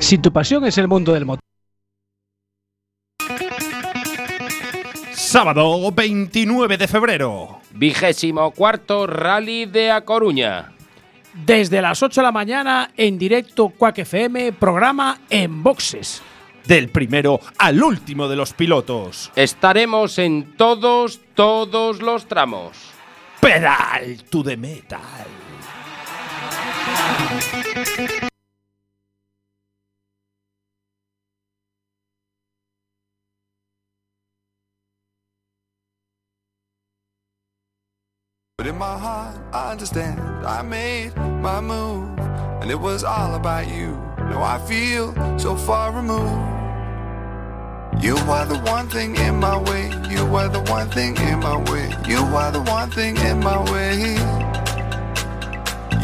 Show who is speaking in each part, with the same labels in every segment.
Speaker 1: Si tu pasión es el mundo del motor.
Speaker 2: Sábado 29 de febrero.
Speaker 3: Vigésimo cuarto Rally de A Coruña.
Speaker 1: Desde las 8 de la mañana, en directo Quack FM, programa En Boxes.
Speaker 2: Del primero al último de los pilotos.
Speaker 3: Estaremos en todos, todos los tramos.
Speaker 2: Pedal to the metal.
Speaker 4: But in my heart, I understand. I made my move, and it was all about you. Now I feel so far removed. You are the one thing in my way. You are the one thing in my way. You are the one thing in my way.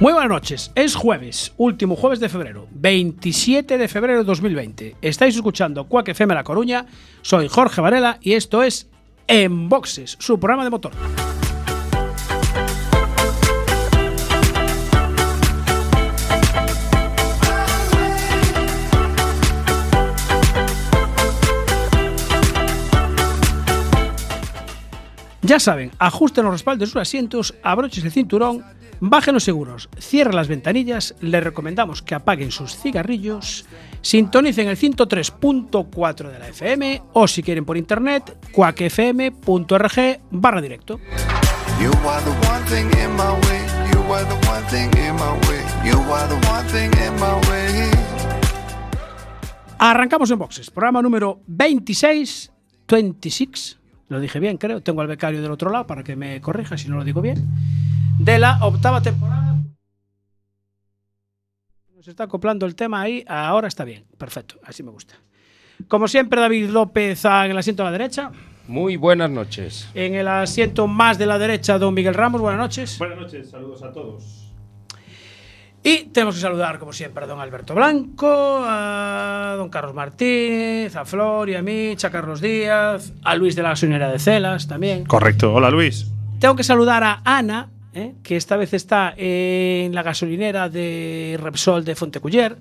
Speaker 1: Muy buenas noches, es jueves, último jueves de febrero, 27 de febrero de 2020. Estáis escuchando Quack FM La Coruña, soy Jorge Varela y esto es En Boxes, su programa de motor. Ya saben, ajusten los respaldos de sus asientos, abrochen el cinturón, bajen los seguros, cierren las ventanillas, les recomendamos que apaguen sus cigarrillos, sintonicen el 103.4 de la FM o si quieren por internet, cuacfm.org barra directo.
Speaker 4: You are the one thing in my way. You are the one thing in my way. You are the one thing in my way.
Speaker 1: Arrancamos en boxes, programa número 26, 26, lo dije bien creo, tengo al becario del otro lado para que me corrija si no lo digo bien, de la octava temporada. Nos está acoplando el tema ahí, ahora está bien, perfecto, así me gusta. Como siempre, David López ah, en el asiento a la derecha,
Speaker 3: Muy buenas noches.
Speaker 1: en el asiento más de la derecha, don Miguel Ramos, buenas noches.
Speaker 5: Buenas noches, saludos a todos.
Speaker 1: Y tenemos que saludar, como siempre, a don Alberto Blanco, a don Carlos Martínez, a Flor y a mí, a Carlos Díaz, a Luis de la Gasolinera de Celas también.
Speaker 5: Correcto, hola Luis.
Speaker 1: Tengo que saludar a Ana, ¿eh? que esta vez está en la gasolinera de Repsol de Fonteculler,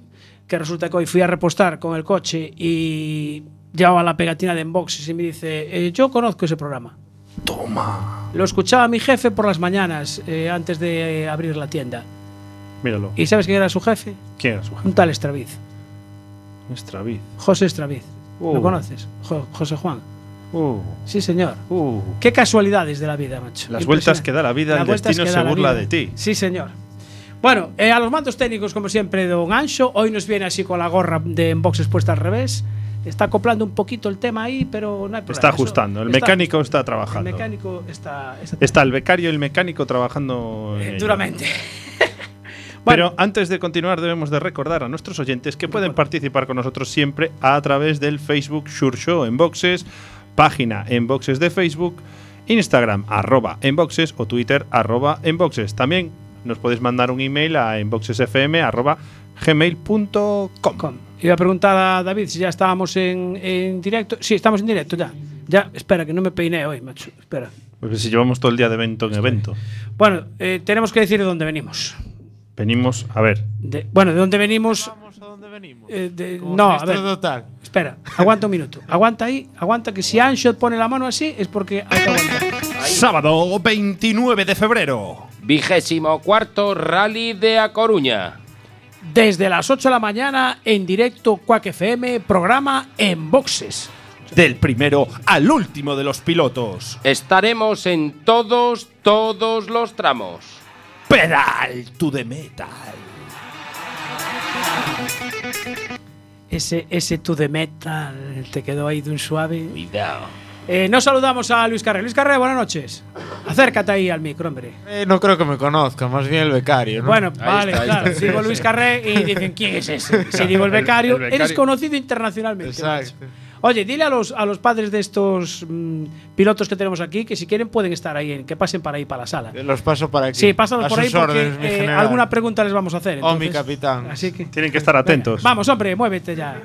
Speaker 1: que resulta que hoy fui a repostar con el coche y llevaba la pegatina de Enboxes y me dice, eh, yo conozco ese programa. Toma. Lo escuchaba mi jefe por las mañanas eh, antes de abrir la tienda.
Speaker 5: Míralo.
Speaker 1: ¿Y sabes quién era su jefe?
Speaker 5: ¿Quién era su jefe?
Speaker 1: Un tal Estraviz.
Speaker 5: Estravid.
Speaker 1: José Estraviz.
Speaker 5: Oh.
Speaker 1: ¿Lo conoces? Jo- José Juan.
Speaker 5: Uh,
Speaker 1: Sí, señor.
Speaker 5: uh.
Speaker 1: Qué casualidades de la vida, macho.
Speaker 5: Las vueltas que da la vida,
Speaker 1: Las
Speaker 5: el
Speaker 1: vueltas
Speaker 5: destino
Speaker 1: que
Speaker 5: se
Speaker 1: da la
Speaker 5: burla
Speaker 1: vida.
Speaker 5: de ti.
Speaker 1: Sí, señor. Bueno, eh, a los mandos técnicos, como siempre, don Ancho. Hoy nos viene así con la gorra de Enboxes puesta al revés. Está acoplando un poquito el tema ahí, pero no hay problema.
Speaker 5: Está
Speaker 1: Eso-
Speaker 5: ajustando, el
Speaker 1: está-
Speaker 5: mecánico está
Speaker 1: El
Speaker 5: trabajando.
Speaker 1: mecánico está, está-
Speaker 5: Está el becario y el mecánico trabajando en ello.
Speaker 1: Eh, duramente.
Speaker 5: Pero
Speaker 1: Bueno.
Speaker 5: antes de continuar debemos de recordar a nuestros oyentes que pueden
Speaker 1: Recuerda.
Speaker 5: participar con nosotros siempre a través del Facebook Sure Show en Boxes, página en Boxes de Facebook, Instagram arroba en Boxes o Twitter arroba en Boxes. También nos podéis mandar un email a enboxesfm arroba gmail.com.
Speaker 1: Con- Iba a preguntar a David si ya estábamos en, en directo. Sí, estamos en directo ya. Ya, espera, que no me peiné hoy, macho. Espera.
Speaker 5: Pues si llevamos todo el día de evento en evento.
Speaker 1: Bueno, eh, tenemos que decir de dónde venimos.
Speaker 5: Venimos, a ver,
Speaker 1: De- bueno, de dónde venimos.
Speaker 6: ¿A dónde venimos?
Speaker 1: eh, de-
Speaker 6: Como
Speaker 1: no, a
Speaker 6: siniestro
Speaker 1: ver.
Speaker 6: total.
Speaker 1: Espera, aguanta un minuto. Aguanta ahí, aguanta que si Anshot pone la mano así es porque hay que aguantar.
Speaker 2: Sábado 29 de febrero.
Speaker 3: Vigésimo cuarto Rally de A Coruña.
Speaker 1: Desde las 8 de la mañana en directo Quack FM, programa En Boxes.
Speaker 2: Del primero al último de los pilotos.
Speaker 3: Estaremos en todos, todos los tramos.
Speaker 2: Pedal to the metal.
Speaker 1: Ese, ese to the metal te quedó ahí de un suave.
Speaker 3: Cuidado.
Speaker 1: Eh, nos saludamos a Luis Carré. Luis Carré, buenas noches. Acércate ahí al micro, hombre.
Speaker 6: Eh, no creo que me conozca, más bien el becario. ¿no?
Speaker 1: Bueno,
Speaker 3: Ahí
Speaker 1: vale,
Speaker 3: está, ahí
Speaker 1: claro.
Speaker 3: está.
Speaker 1: Digo Luis Carré y dicen, ¿quién es ese? Si digo el becario,
Speaker 3: el becario.
Speaker 1: eres conocido internacionalmente.
Speaker 6: Exacto.
Speaker 1: macho. Oye, dile a los, a los padres de estos mm, pilotos que tenemos aquí que si quieren pueden estar ahí, en- que pasen para ahí, para la sala.
Speaker 6: Los paso para aquí.
Speaker 1: Sí, pásanos
Speaker 6: A
Speaker 1: por ahí
Speaker 6: sus
Speaker 1: porque
Speaker 6: órdenes, mi
Speaker 1: eh,
Speaker 6: general.
Speaker 1: alguna pregunta les vamos a hacer.
Speaker 6: Oh, mi
Speaker 1: entonces-
Speaker 6: capitán.
Speaker 1: Así que.
Speaker 5: Tienen que estar atentos.
Speaker 1: Vamos, hombre, muévete ya.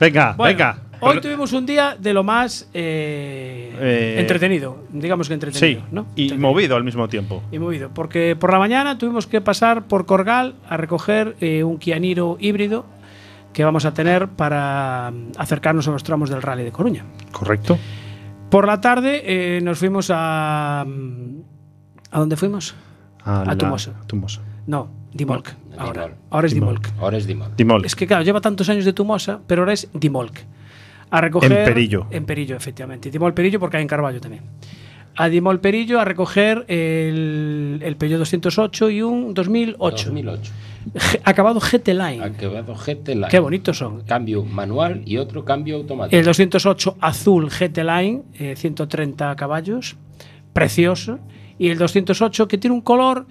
Speaker 5: Venga,
Speaker 1: Bueno,
Speaker 5: venga.
Speaker 1: Hoy tuvimos un día de lo más eh,
Speaker 5: Eh,
Speaker 1: entretenido, digamos que
Speaker 5: Sí,
Speaker 1: entretenido, ¿no?
Speaker 5: y
Speaker 1: Entretenido.
Speaker 5: movido al mismo tiempo.
Speaker 1: y movido. Porque por la mañana tuvimos que pasar por Corgal a recoger eh, un Kia Niro híbrido que vamos a tener para mm, acercarnos a los tramos del Rally de Coruña.
Speaker 5: Correcto.
Speaker 1: Por la tarde eh, nos fuimos a. mm, ¿A dónde fuimos?
Speaker 5: A,
Speaker 1: Ah, tu mozo.
Speaker 5: a Ah, tu mozo.
Speaker 1: No, Dimolk.
Speaker 3: Dimolk.
Speaker 1: Ahora, ahora es
Speaker 5: Dimolk.
Speaker 1: Dimolk.
Speaker 3: Ahora es Dimol.
Speaker 5: Dimol.
Speaker 1: Es que claro, lleva tantos años de Tumosa, pero ahora es Dimolk. A recoger.
Speaker 5: En Perillo.
Speaker 1: En Perillo, efectivamente. Dimol Perillo, porque hay en Carballo también. A Dimol Perillo a recoger el, el Peugeot 208 y un 2008.
Speaker 3: 2008.
Speaker 1: G- acabado GT Line.
Speaker 3: Acabado GT Line.
Speaker 1: Qué Eh, bonitos son.
Speaker 3: Cambio manual y otro cambio automático.
Speaker 1: El 208 azul GT Line, eh, 130 caballos, precioso. Y el 208 que tiene un color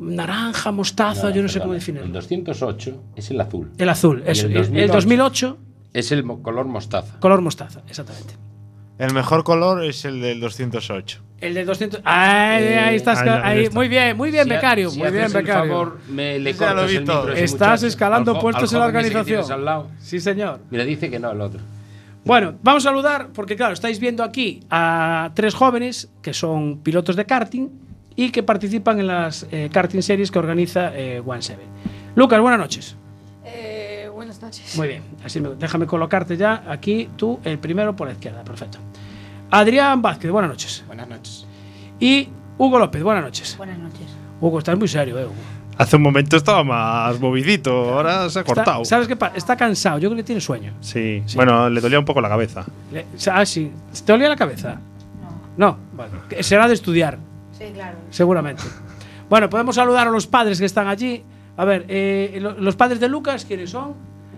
Speaker 1: naranja, mostaza,
Speaker 3: Nada,
Speaker 1: yo no sé
Speaker 3: perdona.
Speaker 1: cómo
Speaker 3: El
Speaker 1: definirlo.
Speaker 3: 208 es el azul.
Speaker 1: El azul,
Speaker 3: Y
Speaker 1: eso.
Speaker 3: el
Speaker 1: Y El 2008,
Speaker 3: 2008. Es el mo- color mostaza.
Speaker 1: color mostaza, exactamente.
Speaker 6: El mejor color es el del 208.
Speaker 1: El del 200. Ahí,
Speaker 3: Eh,
Speaker 1: ahí estás.
Speaker 5: ahí la-
Speaker 1: ahí,
Speaker 5: ahí está.
Speaker 1: muy bien, muy bien,
Speaker 3: Si ha-
Speaker 1: becario.
Speaker 3: si
Speaker 1: muy bien,
Speaker 3: haces el
Speaker 1: becario.
Speaker 3: favor, me le
Speaker 6: Ya lo
Speaker 3: cortas
Speaker 6: vi
Speaker 3: el micro a
Speaker 6: todo.
Speaker 3: ese
Speaker 1: Estás
Speaker 3: muchacho.
Speaker 1: escalando
Speaker 3: Al jo-
Speaker 1: puestos
Speaker 3: al
Speaker 1: en la
Speaker 3: joven ese que
Speaker 1: organización.
Speaker 3: tienes al lado.
Speaker 1: Sí, señor.
Speaker 3: Mira, dice que no el otro.
Speaker 1: Bueno, vamos a saludar, porque claro, estáis viendo aquí a tres jóvenes que son pilotos de karting y que participan en las eh, karting series que organiza eh, One Seven. Lucas, buenas noches.
Speaker 7: Eh, buenas noches.
Speaker 1: Muy bien, así me- déjame colocarte ya aquí tú, el primero por la izquierda, perfecto. Adrián Vázquez, buenas noches.
Speaker 3: Buenas noches.
Speaker 1: Y Hugo López, buenas noches.
Speaker 7: Buenas noches.
Speaker 1: Hugo, estás muy serio, eh, Hugo.
Speaker 5: Hace un momento estaba más movidito, ahora se ha
Speaker 1: Está-
Speaker 5: cortado.
Speaker 1: ¿Sabes qué pasa? Está cansado, yo creo que tiene sueño.
Speaker 5: Sí. bueno, le dolía un poco la cabeza.
Speaker 1: Le- ah, sí. ¿Te olía la cabeza?
Speaker 7: No.
Speaker 1: No, bueno, que será de estudiar.
Speaker 7: Sí, claro.
Speaker 1: Seguramente. Bueno, podemos saludar a los padres que están allí. A ver, eh, lo- los padres de Lucas, ¿quiénes son?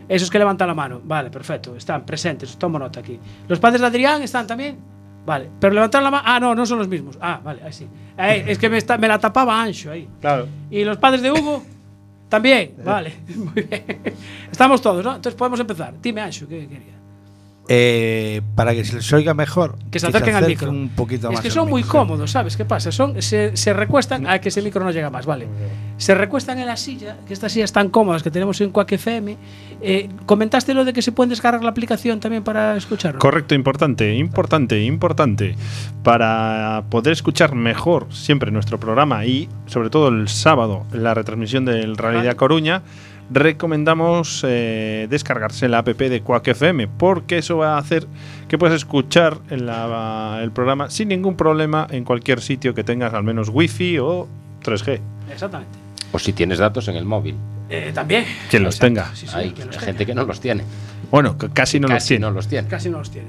Speaker 1: Esos que levantan la mano. Vale, perfecto. Están presentes. Tomo nota aquí. ¿Los padres de Adrián están también? Vale. Pero levantar la mano. Ah, no, no son los mismos. Ah, vale, ahí sí. Eh, es que me, está- me la tapaba Ancho ahí.
Speaker 5: Claro.
Speaker 1: ¿Y los padres de Hugo? También. Vale. Muy bien. Estamos todos, ¿no? Entonces podemos empezar. Dime, Ancho, ¿qué quería?
Speaker 8: Eh, para que se les oiga mejor.
Speaker 1: Que se acerquen al micro.
Speaker 8: Un poquito
Speaker 1: es
Speaker 8: más
Speaker 1: que
Speaker 8: al
Speaker 1: son muy
Speaker 8: micro.
Speaker 1: cómodos, ¿sabes? ¿Qué pasa? Son, se, se recuestan. A que ese micro no llega más, vale. Se recuestan en la silla, que estas sillas tan cómodas que tenemos en Quack FM. Eh, comentaste lo de que se pueden descargar la aplicación también para escucharlo.
Speaker 5: Correcto, importante, importante, importante. Para poder escuchar mejor siempre nuestro programa y sobre todo el sábado la retransmisión del Rally de A Coruña, recomendamos eh, descargarse la app de Quack FM porque eso va a hacer que puedas escuchar la- el programa sin ningún problema en cualquier sitio que tengas al menos wifi o 3G.
Speaker 1: Exactamente.
Speaker 3: O si tienes datos en el móvil.
Speaker 1: Eh, también.
Speaker 5: Quien los
Speaker 1: Exacto,
Speaker 5: tenga.
Speaker 1: sí, sí,
Speaker 3: Hay
Speaker 1: que los
Speaker 3: gente que no los tiene.
Speaker 5: Bueno, que casi no los
Speaker 3: Casi
Speaker 5: tiene.
Speaker 3: no los tiene.
Speaker 1: Casi no los tiene.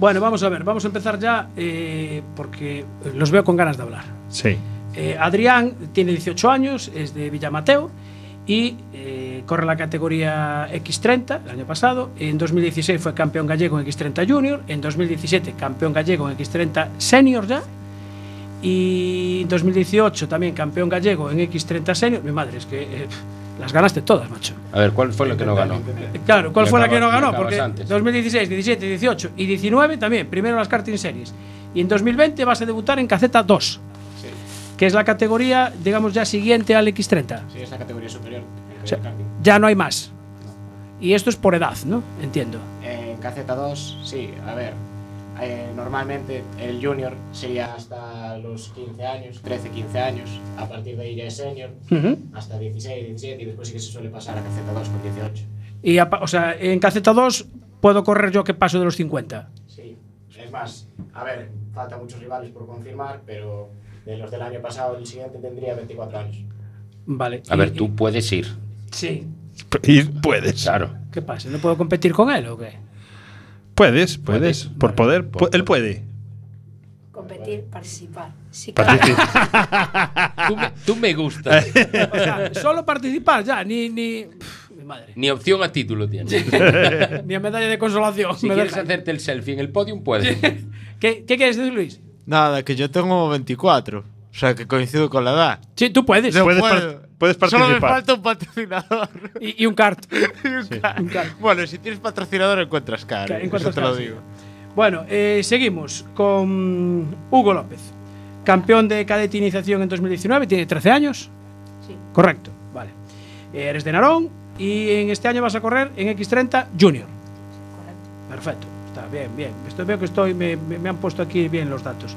Speaker 1: Bueno, vamos a ver, vamos a empezar ya eh, porque los veo con ganas de hablar.
Speaker 5: Sí.
Speaker 1: Eh, Adrián tiene 18 años, es de Villamateo y eh, corre la categoría X30 el año pasado. En 2016 fue campeón gallego en X30 Junior, en 2017 campeón gallego en X30 Senior ya. Y en 2018 también campeón gallego en X30 Senior. Mi madre, es que eh, las ganaste todas, macho.
Speaker 3: A ver, ¿cuál fue lo que no ganó?
Speaker 1: Eh, Claro, ¿cuál
Speaker 3: Y
Speaker 1: fue la
Speaker 3: acabas-
Speaker 1: que no
Speaker 3: y
Speaker 1: ganó?
Speaker 3: acabas
Speaker 1: Porque
Speaker 3: antes.
Speaker 1: 2016, 17, 18 y 19 también, primero las karting series. Y en 2020 vas a debutar en Caceta 2, que es la categoría, digamos, ya siguiente al X30.
Speaker 9: Sí, es la categoría superior.
Speaker 1: O sea, ya no hay más. Y esto es por edad, ¿no? Entiendo.
Speaker 9: En Caceta 2, sí, a ver. eh, normalmente el junior sería hasta los 15 años, 13, 15 años. A partir de ahí ya es senior, hasta 16, 17 y después sí que se suele pasar a Caceta 2 con 18.
Speaker 1: Y, apa- o sea, en Caceta 2 puedo correr yo que paso de los 50.
Speaker 9: Sí, es más, a ver, falta muchos rivales por confirmar, pero de los del año pasado el siguiente tendría 24 años.
Speaker 1: Vale.
Speaker 3: A
Speaker 1: y-
Speaker 3: ver,
Speaker 1: y-
Speaker 3: tú puedes ir.
Speaker 1: Sí.
Speaker 5: Ir puedes.
Speaker 3: Claro.
Speaker 1: ¿Qué pasa? ¿No puedo competir con él o qué?
Speaker 5: Puedes, puedes.
Speaker 3: Puedes,
Speaker 5: Por
Speaker 3: vale.
Speaker 5: poder. pu- él puede.
Speaker 7: Competir, participar. Sí,
Speaker 3: Tú me, tú me gustas.
Speaker 1: O sea, solo participar ya, ni. ni pff, mi madre.
Speaker 10: Ni opción a título tienes.
Speaker 1: mi medalla de consolación.
Speaker 10: si
Speaker 1: me
Speaker 10: quieres
Speaker 1: dejan.
Speaker 10: hacerte el selfie en el podium, puedes.
Speaker 1: ¿Qué, qué quieres decir, Luis?
Speaker 6: Nada, que yo tengo 24. O sea, que coincido con la edad.
Speaker 1: Sí, tú puedes.
Speaker 6: Yo
Speaker 1: Puedes
Speaker 6: puedo.
Speaker 1: par- puedes
Speaker 6: Solo me
Speaker 1: participar.
Speaker 6: falta un patrocinador.
Speaker 1: Y, y un cart.
Speaker 6: Y un car. Bueno, si tienes patrocinador, encuentras caro.
Speaker 1: Claro,
Speaker 6: Eso
Speaker 1: encuentras
Speaker 6: te
Speaker 1: caro,
Speaker 6: lo
Speaker 1: sí.
Speaker 6: digo.
Speaker 1: Bueno, eh, seguimos con Hugo López, campeón de cadete iniciación en 2019, tiene 13 años.
Speaker 7: Sí.
Speaker 1: Correcto, vale. Eh, Eres de Narón y en este año vas a correr en X30 Junior. Perfecto, está bien, bien. Estoy, veo que estoy, me, me- me han puesto aquí bien los datos.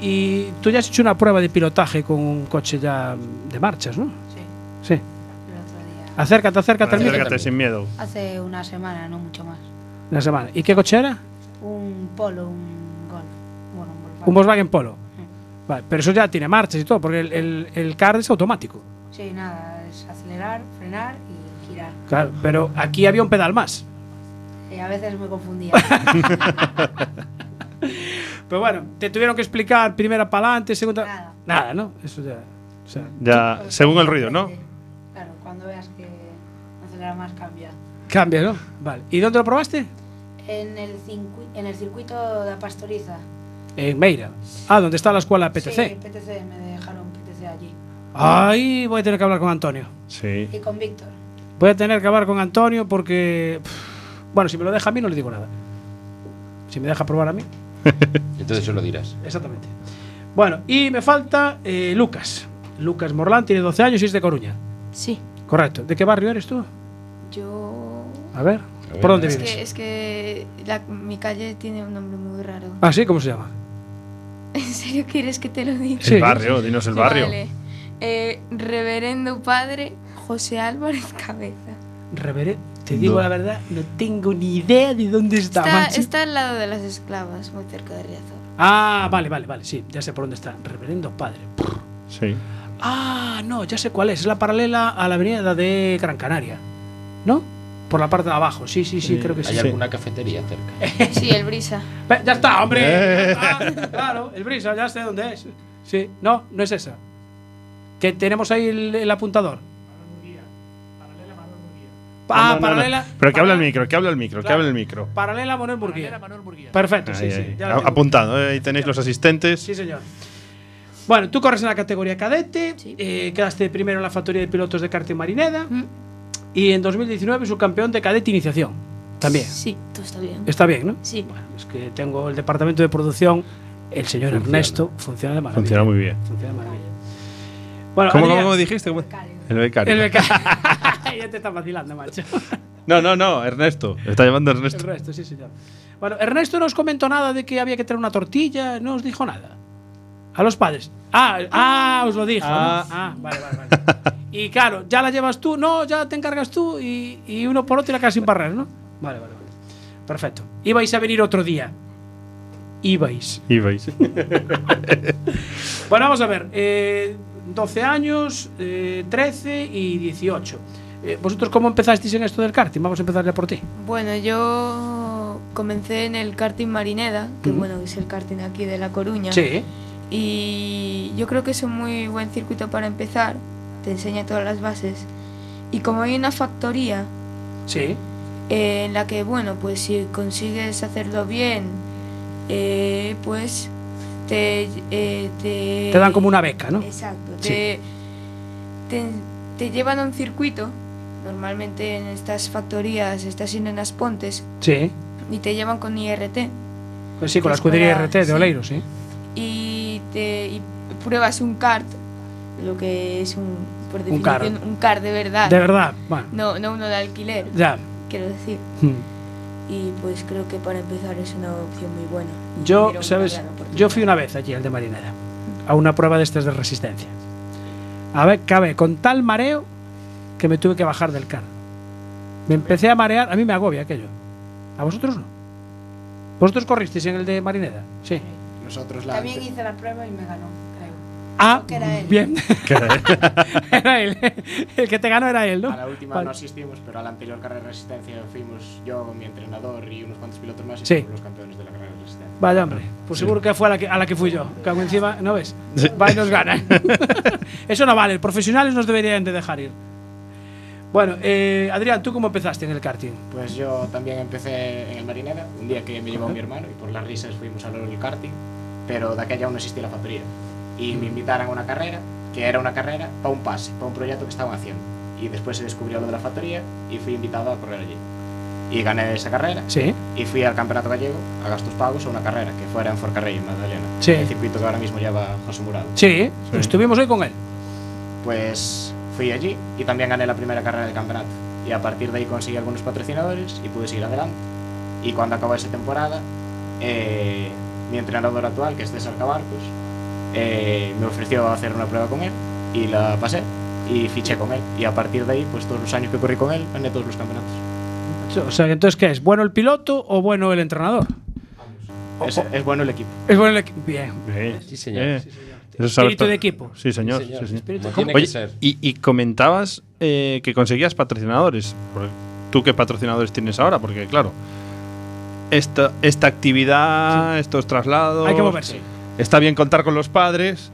Speaker 1: Y tú ya has hecho una prueba de pilotaje con un coche ya de marchas, ¿no? Sí. Sí. Acércate, acércate al micro.
Speaker 5: Acércate sin miedo.
Speaker 11: Hace una semana, no mucho más.
Speaker 1: Una semana. ¿Y qué coche era?
Speaker 11: Un polo, un golf. Bueno, un golf.
Speaker 1: Un Volkswagen Polo. Vale, pero eso ya tiene marchas y todo, porque el, el, el car es automático.
Speaker 11: Sí, nada, es acelerar, frenar y girar.
Speaker 1: Claro, pero aquí había un pedal más.
Speaker 11: Y a veces me confundía.
Speaker 1: Pero bueno, te tuvieron que explicar primera para adelante, segunda. Nada. ¿no? Eso ya. o sea,
Speaker 5: Ya, según el ruido, ¿no?
Speaker 11: claro, cuando veas que acelera más, cambia.
Speaker 1: Cambia, ¿no? Vale. ¿Y dónde lo probaste?
Speaker 11: En el, cincu- en el circuito de la pastoriza.
Speaker 1: En Meira. Ah, donde está la escuela PTC.
Speaker 11: Sí, PTC, me dejaron PTC allí.
Speaker 1: Ay, voy a tener que hablar con Antonio.
Speaker 5: Sí.
Speaker 11: Y con Víctor.
Speaker 1: Voy a tener que hablar con Antonio porque. pff, Bueno, si me lo deja a mí, no le digo nada. Si me deja probar a mí.
Speaker 10: Entonces eso lo dirás.
Speaker 1: Exactamente. Bueno, y me falta eh, Lucas. Lucas Morlán tiene 12 años y es de Coruña.
Speaker 12: Sí.
Speaker 1: Correcto. ¿De qué barrio eres tú?
Speaker 12: Yo.
Speaker 1: A ver.
Speaker 12: Pero
Speaker 1: ¿Por dónde
Speaker 12: es
Speaker 1: vives?
Speaker 12: Que, es que la- mi calle tiene un nombre muy raro.
Speaker 1: Ah, sí, ¿cómo se llama?
Speaker 12: ¿En serio quieres que te lo diga?
Speaker 5: El Sí. barrio, dinos el barrio.
Speaker 12: Vale. Eh, Reverendo Padre José Álvarez Cabeza.
Speaker 1: Reveré, te digo
Speaker 5: No.
Speaker 1: la verdad, no tengo ni idea de dónde está.
Speaker 12: Está,
Speaker 1: macho.
Speaker 12: está al lado de las esclavas, muy cerca de Riazor.
Speaker 1: Ah, vale, vale, vale, sí, ya sé por dónde está. Reverendo Padre.
Speaker 5: Sí.
Speaker 1: Ah, no, ya sé cuál es. Es la paralela a la avenida de Gran Canaria. ¿No? Por la parte de abajo. Sí, sí, sí, creo que sí.
Speaker 10: Hay
Speaker 1: Sí.
Speaker 10: alguna cafetería cerca.
Speaker 1: Eh.
Speaker 12: Sí, el Brisa.
Speaker 1: Ve, Ya está, hombre. Ah, claro, el brisa, ya sé dónde es. Sí, no, no es esa. Que tenemos ahí el, el apuntador.
Speaker 5: No, no,
Speaker 1: Ah,
Speaker 5: no, no.
Speaker 1: paralela,
Speaker 5: Pero que habla el micro, que habla el micro, que
Speaker 1: Claro.
Speaker 5: habla el micro.
Speaker 1: paralela Manuel Burguía. Perfecto, sí,
Speaker 5: Ahí,
Speaker 1: sí.
Speaker 5: ahí.
Speaker 1: ya
Speaker 5: A-
Speaker 1: la tengo.
Speaker 5: Apuntado, ¿eh? ahí tenéis los asistentes.
Speaker 1: Sí, señor. Bueno, tú corres en la categoría cadete, eh, quedaste primero en la factoría de pilotos de karting Marineda y en 2019 subcampeón de cadete iniciación. También.
Speaker 12: Sí, todo está bien.
Speaker 1: Está bien, ¿no?
Speaker 12: Sí.
Speaker 1: Es que tengo el departamento de producción, el señor Ernesto, funciona de maravilla.
Speaker 5: Funciona muy bien.
Speaker 1: Funciona de maravilla. Bueno,
Speaker 5: ¿Cómo,
Speaker 1: Adrián,
Speaker 5: cómo, cómo dijiste? ¿Cómo? El becario.
Speaker 1: el beca- ya te está vacilando, macho.
Speaker 5: No, no, no, Ernesto. Está llamando Ernesto.
Speaker 1: El resto, sí, señor. Bueno, Ernesto no os comentó nada de que había que traer una tortilla, no os dijo nada. A los padres. Ah, ah os lo dijo. ¿no?
Speaker 5: Ah.
Speaker 1: Ah, vale, vale, vale. Y claro, ya la llevas tú, no, ya te encargas tú y, y uno por otro y la casi sin barrer, ¿no? Vale, vale, vale. Perfecto. Ibais a venir otro día. Ibais.
Speaker 5: Ibais.
Speaker 1: Bueno, vamos a ver. eh, 12 años, eh, 13 y 18. Eh, ¿Vosotros cómo empezasteis en esto del karting? Vamos a empezar ya por ti.
Speaker 12: Bueno, yo comencé en el karting Marineda, que
Speaker 1: Ujú.
Speaker 12: bueno, es el karting aquí de La Coruña.
Speaker 1: Sí.
Speaker 12: Y yo creo que es un muy buen circuito para empezar, te enseña todas las bases. Y como hay una factoría
Speaker 1: Sí.
Speaker 12: eh, en la que, bueno, pues si consigues hacerlo bien, eh, pues te, eh, te...
Speaker 1: Te dan como una beca, ¿no?
Speaker 12: Exacto.
Speaker 1: Sí.
Speaker 12: Te, te- te llevan a un circuito, normalmente en estas factorías, estas en Enas Pontes,
Speaker 1: Sí.
Speaker 12: y te llevan con IRT
Speaker 1: Pues sí, con la
Speaker 12: Pues para-
Speaker 1: escudería RT de
Speaker 12: sí.
Speaker 1: Oleiro, sí.
Speaker 12: y te y pruebas un kart, lo que es un por
Speaker 1: Un
Speaker 12: definición,
Speaker 1: kart.
Speaker 12: un kart de verdad.
Speaker 1: De verdad, bueno.
Speaker 12: No, no uno de alquiler.
Speaker 1: Ya.
Speaker 12: Quiero decir.
Speaker 1: Hmm.
Speaker 12: Y pues creo que para empezar es una opción muy buena.
Speaker 1: Yo,
Speaker 12: Pero una
Speaker 1: ¿sabes?
Speaker 12: gran oportunidad.
Speaker 1: Yo fui una vez allí al de Marinera a una prueba de estas de resistencia. A ver, cabe, con tal mareo que me tuve que bajar del carro. Me empecé a marear, a mí me agobia aquello. ¿A vosotros no? ¿Vosotros corristeis en el de Marineda? Sí.
Speaker 9: Nosotros la.
Speaker 11: También hice la prueba y me ganó, creo.
Speaker 1: Ah,
Speaker 11: que era él.
Speaker 1: bien. Era él. El que te ganó era él, ¿no?
Speaker 9: A la última
Speaker 1: Vale.
Speaker 9: no asistimos, pero a la anterior carrera de resistencia fuimos yo, mi entrenador y unos cuantos pilotos más y
Speaker 1: Sí.
Speaker 9: fuimos los campeones de la carrera de resistencia.
Speaker 1: Vaya hombre, pues seguro que fue a la que, a la que fui yo. Cago encima, ¿no ves? Va y nos ganan. Eso no vale, profesionales nos deberían de dejar ir. Bueno, eh, Adrián, ¿tú cómo empezaste en el karting?
Speaker 9: Pues yo también empecé en el Marinera, un día que me llevó mi hermano y por las risas fuimos a ver el karting, pero de aquella aún no existía la factoría. Y
Speaker 1: Mm.
Speaker 9: me invitaron a una carrera, que era una carrera para un pase, para un proyecto que estaban haciendo. Y después se descubrió lo de la factoría y fui invitado a correr allí. Y gané esa carrera
Speaker 1: Sí.
Speaker 9: y fui al Campeonato Gallego a gastos pagos a una carrera que fuera en Forcarrey, en Magdalena.
Speaker 1: Sí.
Speaker 9: El circuito que ahora mismo lleva José Murado.
Speaker 1: Sí, estuvimos hoy con él.
Speaker 9: Pues fui allí y también gané la primera carrera del campeonato. Y a partir de ahí conseguí algunos patrocinadores y pude seguir adelante. Y cuando acabó esa temporada, eh, mi entrenador actual, que es César Cabarcos, eh, me ofreció hacer una prueba con él y la pasé y fiché con él. Y a partir de ahí, pues todos los años que corrí con él, gané todos los campeonatos.
Speaker 1: O sea, entonces, ¿qué es? ¿Bueno el piloto o bueno el entrenador?
Speaker 9: Es, es bueno el equipo.
Speaker 1: Es bueno el equipo. Bien.
Speaker 10: Sí, señor. Sí, señor.
Speaker 5: Eh. Eso saber
Speaker 1: Espíritu
Speaker 5: to-
Speaker 1: de equipo.
Speaker 5: Sí, señor.
Speaker 10: Sí, señor.
Speaker 5: sí, sí.
Speaker 10: Espíritu de Como equipo. tiene que
Speaker 5: Oye,
Speaker 10: ser.
Speaker 5: y, y comentabas eh, que conseguías patrocinadores. Por- ¿Tú qué patrocinadores tienes ahora? Porque, claro, esta, esta actividad, estos traslados.
Speaker 1: Hay que moverse.
Speaker 5: Está bien contar con los padres,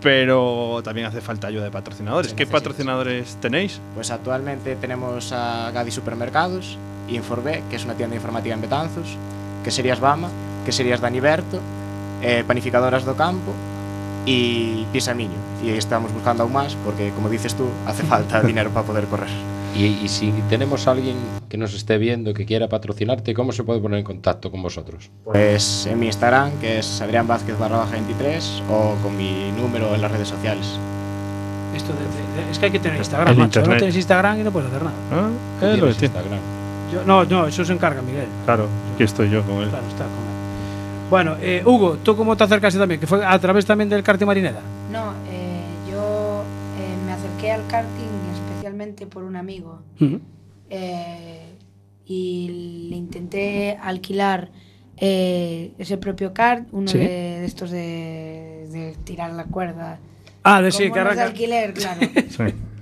Speaker 5: pero también hace falta ayuda de patrocinadores. ¿Qué patrocinadores tenéis?
Speaker 9: Pues actualmente tenemos a Gadi Supermercados, Inforbe, que es una tienda informativa en Betanzos, que serías Bama, que serías Daniberto, eh, Panificadoras do Campo y Pisa Miño. Y estamos buscando aún más porque, como dices tú, hace falta dinero para poder correr.
Speaker 10: Y, y si tenemos a alguien que nos esté viendo, que quiera patrocinarte, ¿cómo se puede poner en contacto con vosotros?
Speaker 9: Pues en mi Instagram, que es Adrián Vázquez barra baja 23, o con mi número en las redes sociales.
Speaker 1: Esto de- de- es que hay que tener Instagram,
Speaker 9: El
Speaker 1: macho.
Speaker 9: internet.
Speaker 1: No tienes Instagram y no puedes hacer nada.
Speaker 5: Ah,
Speaker 1: Tú
Speaker 5: es lo que
Speaker 1: tienes
Speaker 5: tiene.
Speaker 1: Yo- no, no, eso se encarga Miguel.
Speaker 5: Claro, que estoy yo con él.
Speaker 1: Claro, está con él. Bueno, eh, Hugo, ¿tú cómo te acercaste también? Que fue a través también del karting marinera.
Speaker 11: No, eh, yo eh, me acerqué al karting especialmente por un amigo eh, y le intenté alquilar eh, ese propio kart, uno
Speaker 1: Sí.
Speaker 11: de, de estos de, de tirar la cuerda.
Speaker 1: Ah, de sí,
Speaker 11: Como
Speaker 1: que
Speaker 11: los de
Speaker 1: arranca. Ah.
Speaker 11: alquiler, claro.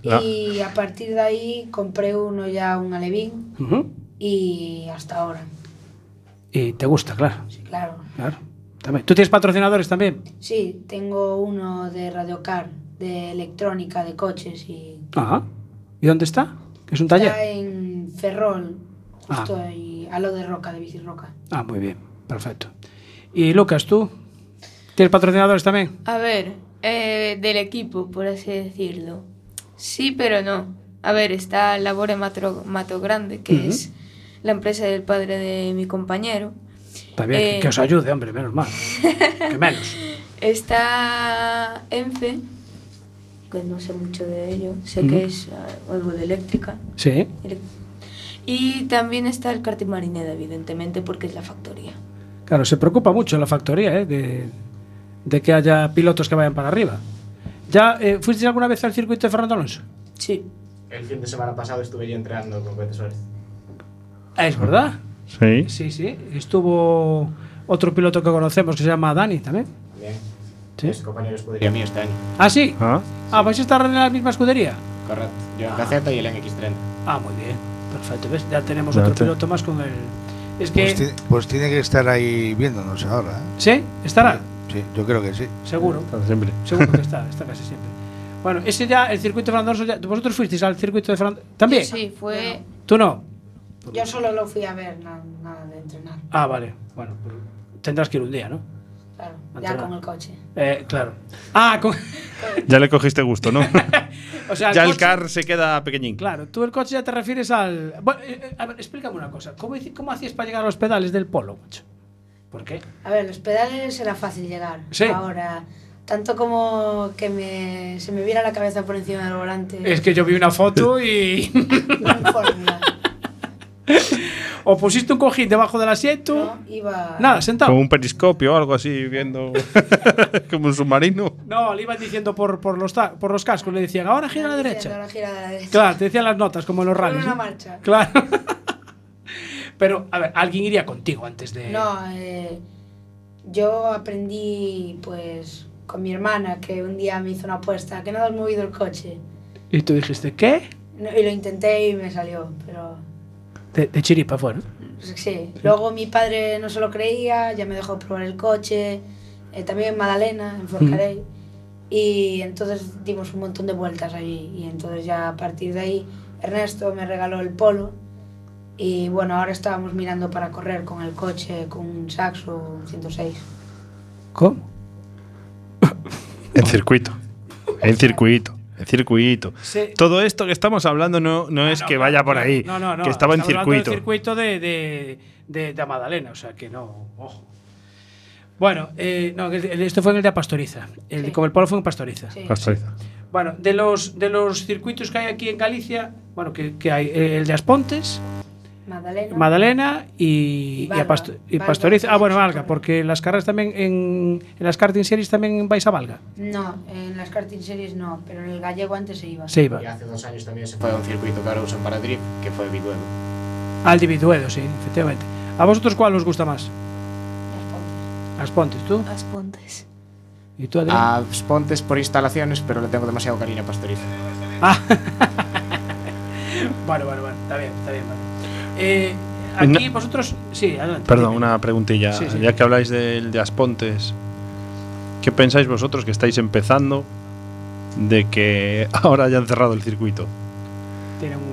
Speaker 1: La-
Speaker 11: Y a partir de ahí compré uno ya, un alevín,
Speaker 1: Ujú.
Speaker 11: y hasta ahora,
Speaker 1: Y te gusta, claro.
Speaker 11: claro.
Speaker 1: claro. También. ¿Tú tienes patrocinadores también?
Speaker 11: Sí, tengo uno de radiocar, de electrónica, de coches y
Speaker 1: Ajá. ¿Y dónde está? ¿Que es un taller?
Speaker 11: Está en Ferrol,
Speaker 1: Ah.
Speaker 11: justo ahí, a lo de Roca, de Bicirroca.
Speaker 1: Ah, muy bien, perfecto. Y Lucas, ¿tú? ¿Tienes patrocinadores también?
Speaker 12: A ver, eh, del equipo, por así decirlo. Sí, pero no. A ver, está Labore Matro- Mato Grande, que
Speaker 1: Ujú.
Speaker 12: es la empresa del padre de mi compañero.
Speaker 1: También, que-
Speaker 12: Eh,
Speaker 1: que os ayude, hombre, menos mal. que menos.
Speaker 12: Está ENFE, que no sé mucho de ello, sé
Speaker 1: Ujú.
Speaker 12: que es ah, algo de eléctrica.
Speaker 1: Sí.
Speaker 12: Elec- Y también está el Karting Marineda, evidentemente, porque es la factoría.
Speaker 1: Claro, se preocupa mucho la factoría, ¿eh? De, de que haya pilotos que vayan para arriba. ¿Ya eh, fuiste alguna vez al circuito de Fernando Alonso?
Speaker 12: Sí.
Speaker 9: El fin de semana pasado estuve yo entrenando con Cuente Suárez.
Speaker 1: Ah, ¿Es verdad?
Speaker 5: Sí.
Speaker 1: Sí, sí. Estuvo otro piloto que conocemos que se llama Dani también.
Speaker 9: Bien.
Speaker 1: Sí.
Speaker 9: Es compañero de escudería mío este año.
Speaker 1: ¿Ah, sí? Ah, ¿vais a estar en la misma escudería?
Speaker 9: Correcto. Yo en KZ y él en X30.
Speaker 1: Ah, muy bien. Perfecto. ¿Ves? Ya tenemos
Speaker 8: Ya
Speaker 1: otro
Speaker 8: te-
Speaker 1: piloto más con el... Es que...
Speaker 8: Pues, ti- pues tiene que estar ahí viéndonos ahora. ¿eh?
Speaker 1: ¿Sí? ¿Estará?
Speaker 8: Sí, yo creo que sí.
Speaker 1: Seguro.
Speaker 5: Siempre.
Speaker 1: Seguro que está, está casi siempre. Bueno, ese ya, el circuito de Fernando Alonso, ya- vosotros fuisteis al circuito de Fernando... ¿También?
Speaker 11: Sí, fue...
Speaker 1: ¿Tú no?
Speaker 11: Yo solo lo fui a ver, na- nada de entrenar,
Speaker 1: Ah, vale. Bueno, pues tendrás que ir un día, ¿no?
Speaker 11: claro. Ya
Speaker 1: Entrenar.
Speaker 11: con el coche.
Speaker 1: Eh, claro. Ah, con-
Speaker 5: Ya le cogiste gusto, ¿no?
Speaker 1: o sea,
Speaker 5: ya el
Speaker 1: coche-
Speaker 5: car se queda pequeñín.
Speaker 1: Claro, tú el coche ya te refieres al... Bueno, eh, eh, a ver, explícame una cosa. ¿Cómo, hici- cómo hacías para llegar a los pedales del polo, macho? ¿Por qué?
Speaker 11: A ver, los pedales era fácil llegar.
Speaker 1: Sí.
Speaker 11: Ahora, tanto como que me, se me viera la cabeza por encima del volante.
Speaker 1: Es que yo vi una foto y... o pusiste un cojín debajo del asiento...
Speaker 11: Iba...
Speaker 1: Nada, sentado.
Speaker 5: Con un periscopio o algo así, viendo como un submarino.
Speaker 1: No, le iban diciendo por, por, los, ta- por los cascos, le decían, ahora gira a la derecha.
Speaker 11: Ahora gira de la derecha.
Speaker 1: Claro, te decían las notas, como en los
Speaker 11: Por
Speaker 1: rallies.
Speaker 11: una
Speaker 1: ¿no?
Speaker 11: marcha.
Speaker 1: Claro. Pero, a ver, alguien iría contigo antes de.
Speaker 11: No, eh, yo aprendí pues con mi hermana que un día me hizo una apuesta que no has movido el coche.
Speaker 1: Y tú dijiste, ¿qué?
Speaker 11: No, y lo intenté y me salió, pero
Speaker 1: De, de chiripa fue, ¿no?
Speaker 11: Pues sí. Luego mi padre no se lo creía, ya me dejó probar el coche, eh, también en Madalena, en Forcarey. Y entonces dimos un montón de vueltas allí. Y entonces ya a partir de ahí Ernesto me regaló el polo y bueno, ahora estábamos mirando para correr con el coche, con un Saxo, un 106.
Speaker 1: ¿Cómo?
Speaker 5: En circuito. En circuito. En circuito.
Speaker 1: Sí. Ah,
Speaker 5: Todo esto que estamos hablando no, no es que vaya por ahí.
Speaker 1: No, no, no.
Speaker 5: Que estaba en
Speaker 1: estamos hablando del
Speaker 5: circuito.
Speaker 1: circuito de, de, de, de Magdalena, o sea que no, ojo. Bueno, eh, no, el- el- esto fue en el de Pastoriza. El, Como el polo fue en Pastoriza.
Speaker 5: Pastoriza.
Speaker 1: Bueno, de los, de los circuitos que hay aquí en Galicia, bueno, que, que hay eh, el de Aspontes,
Speaker 11: Madalena.
Speaker 1: Madalena y,
Speaker 11: Y
Speaker 1: y
Speaker 11: Valga.
Speaker 1: a Pasto- y
Speaker 11: Valga.
Speaker 1: Pastoriza. Ah, bueno, Valga, porque las carreras también, en, en las karting series también vais a Valga.
Speaker 11: No, en las karting series no, pero en el gallego antes se iba.
Speaker 1: Se iba.
Speaker 9: Y hace dos años también se fue a un circuito que ahora usan para drift, que fue Bituelo.
Speaker 1: Al Dividuedo, sí, efectivamente. ¿A vosotros cuál os gusta más? Aspontes. ¿tú?
Speaker 12: Aspontes.
Speaker 1: ¿Y tú, Adrián?
Speaker 9: A Ah, pues Pontes por instalaciones, pero le tengo demasiado cariño a Pastoriza.
Speaker 1: Ah. Bueno, bueno, bueno, está bien, está bien. Vale. Eh, aquí
Speaker 5: No.
Speaker 1: vosotros. Sí, adelante.
Speaker 5: Perdón, una preguntilla.
Speaker 1: Sí, sí.
Speaker 5: Ya que habláis del de Aspontes, ¿qué pensáis vosotros que estáis empezando de que ahora hayan cerrado el circuito?
Speaker 1: Tienen un,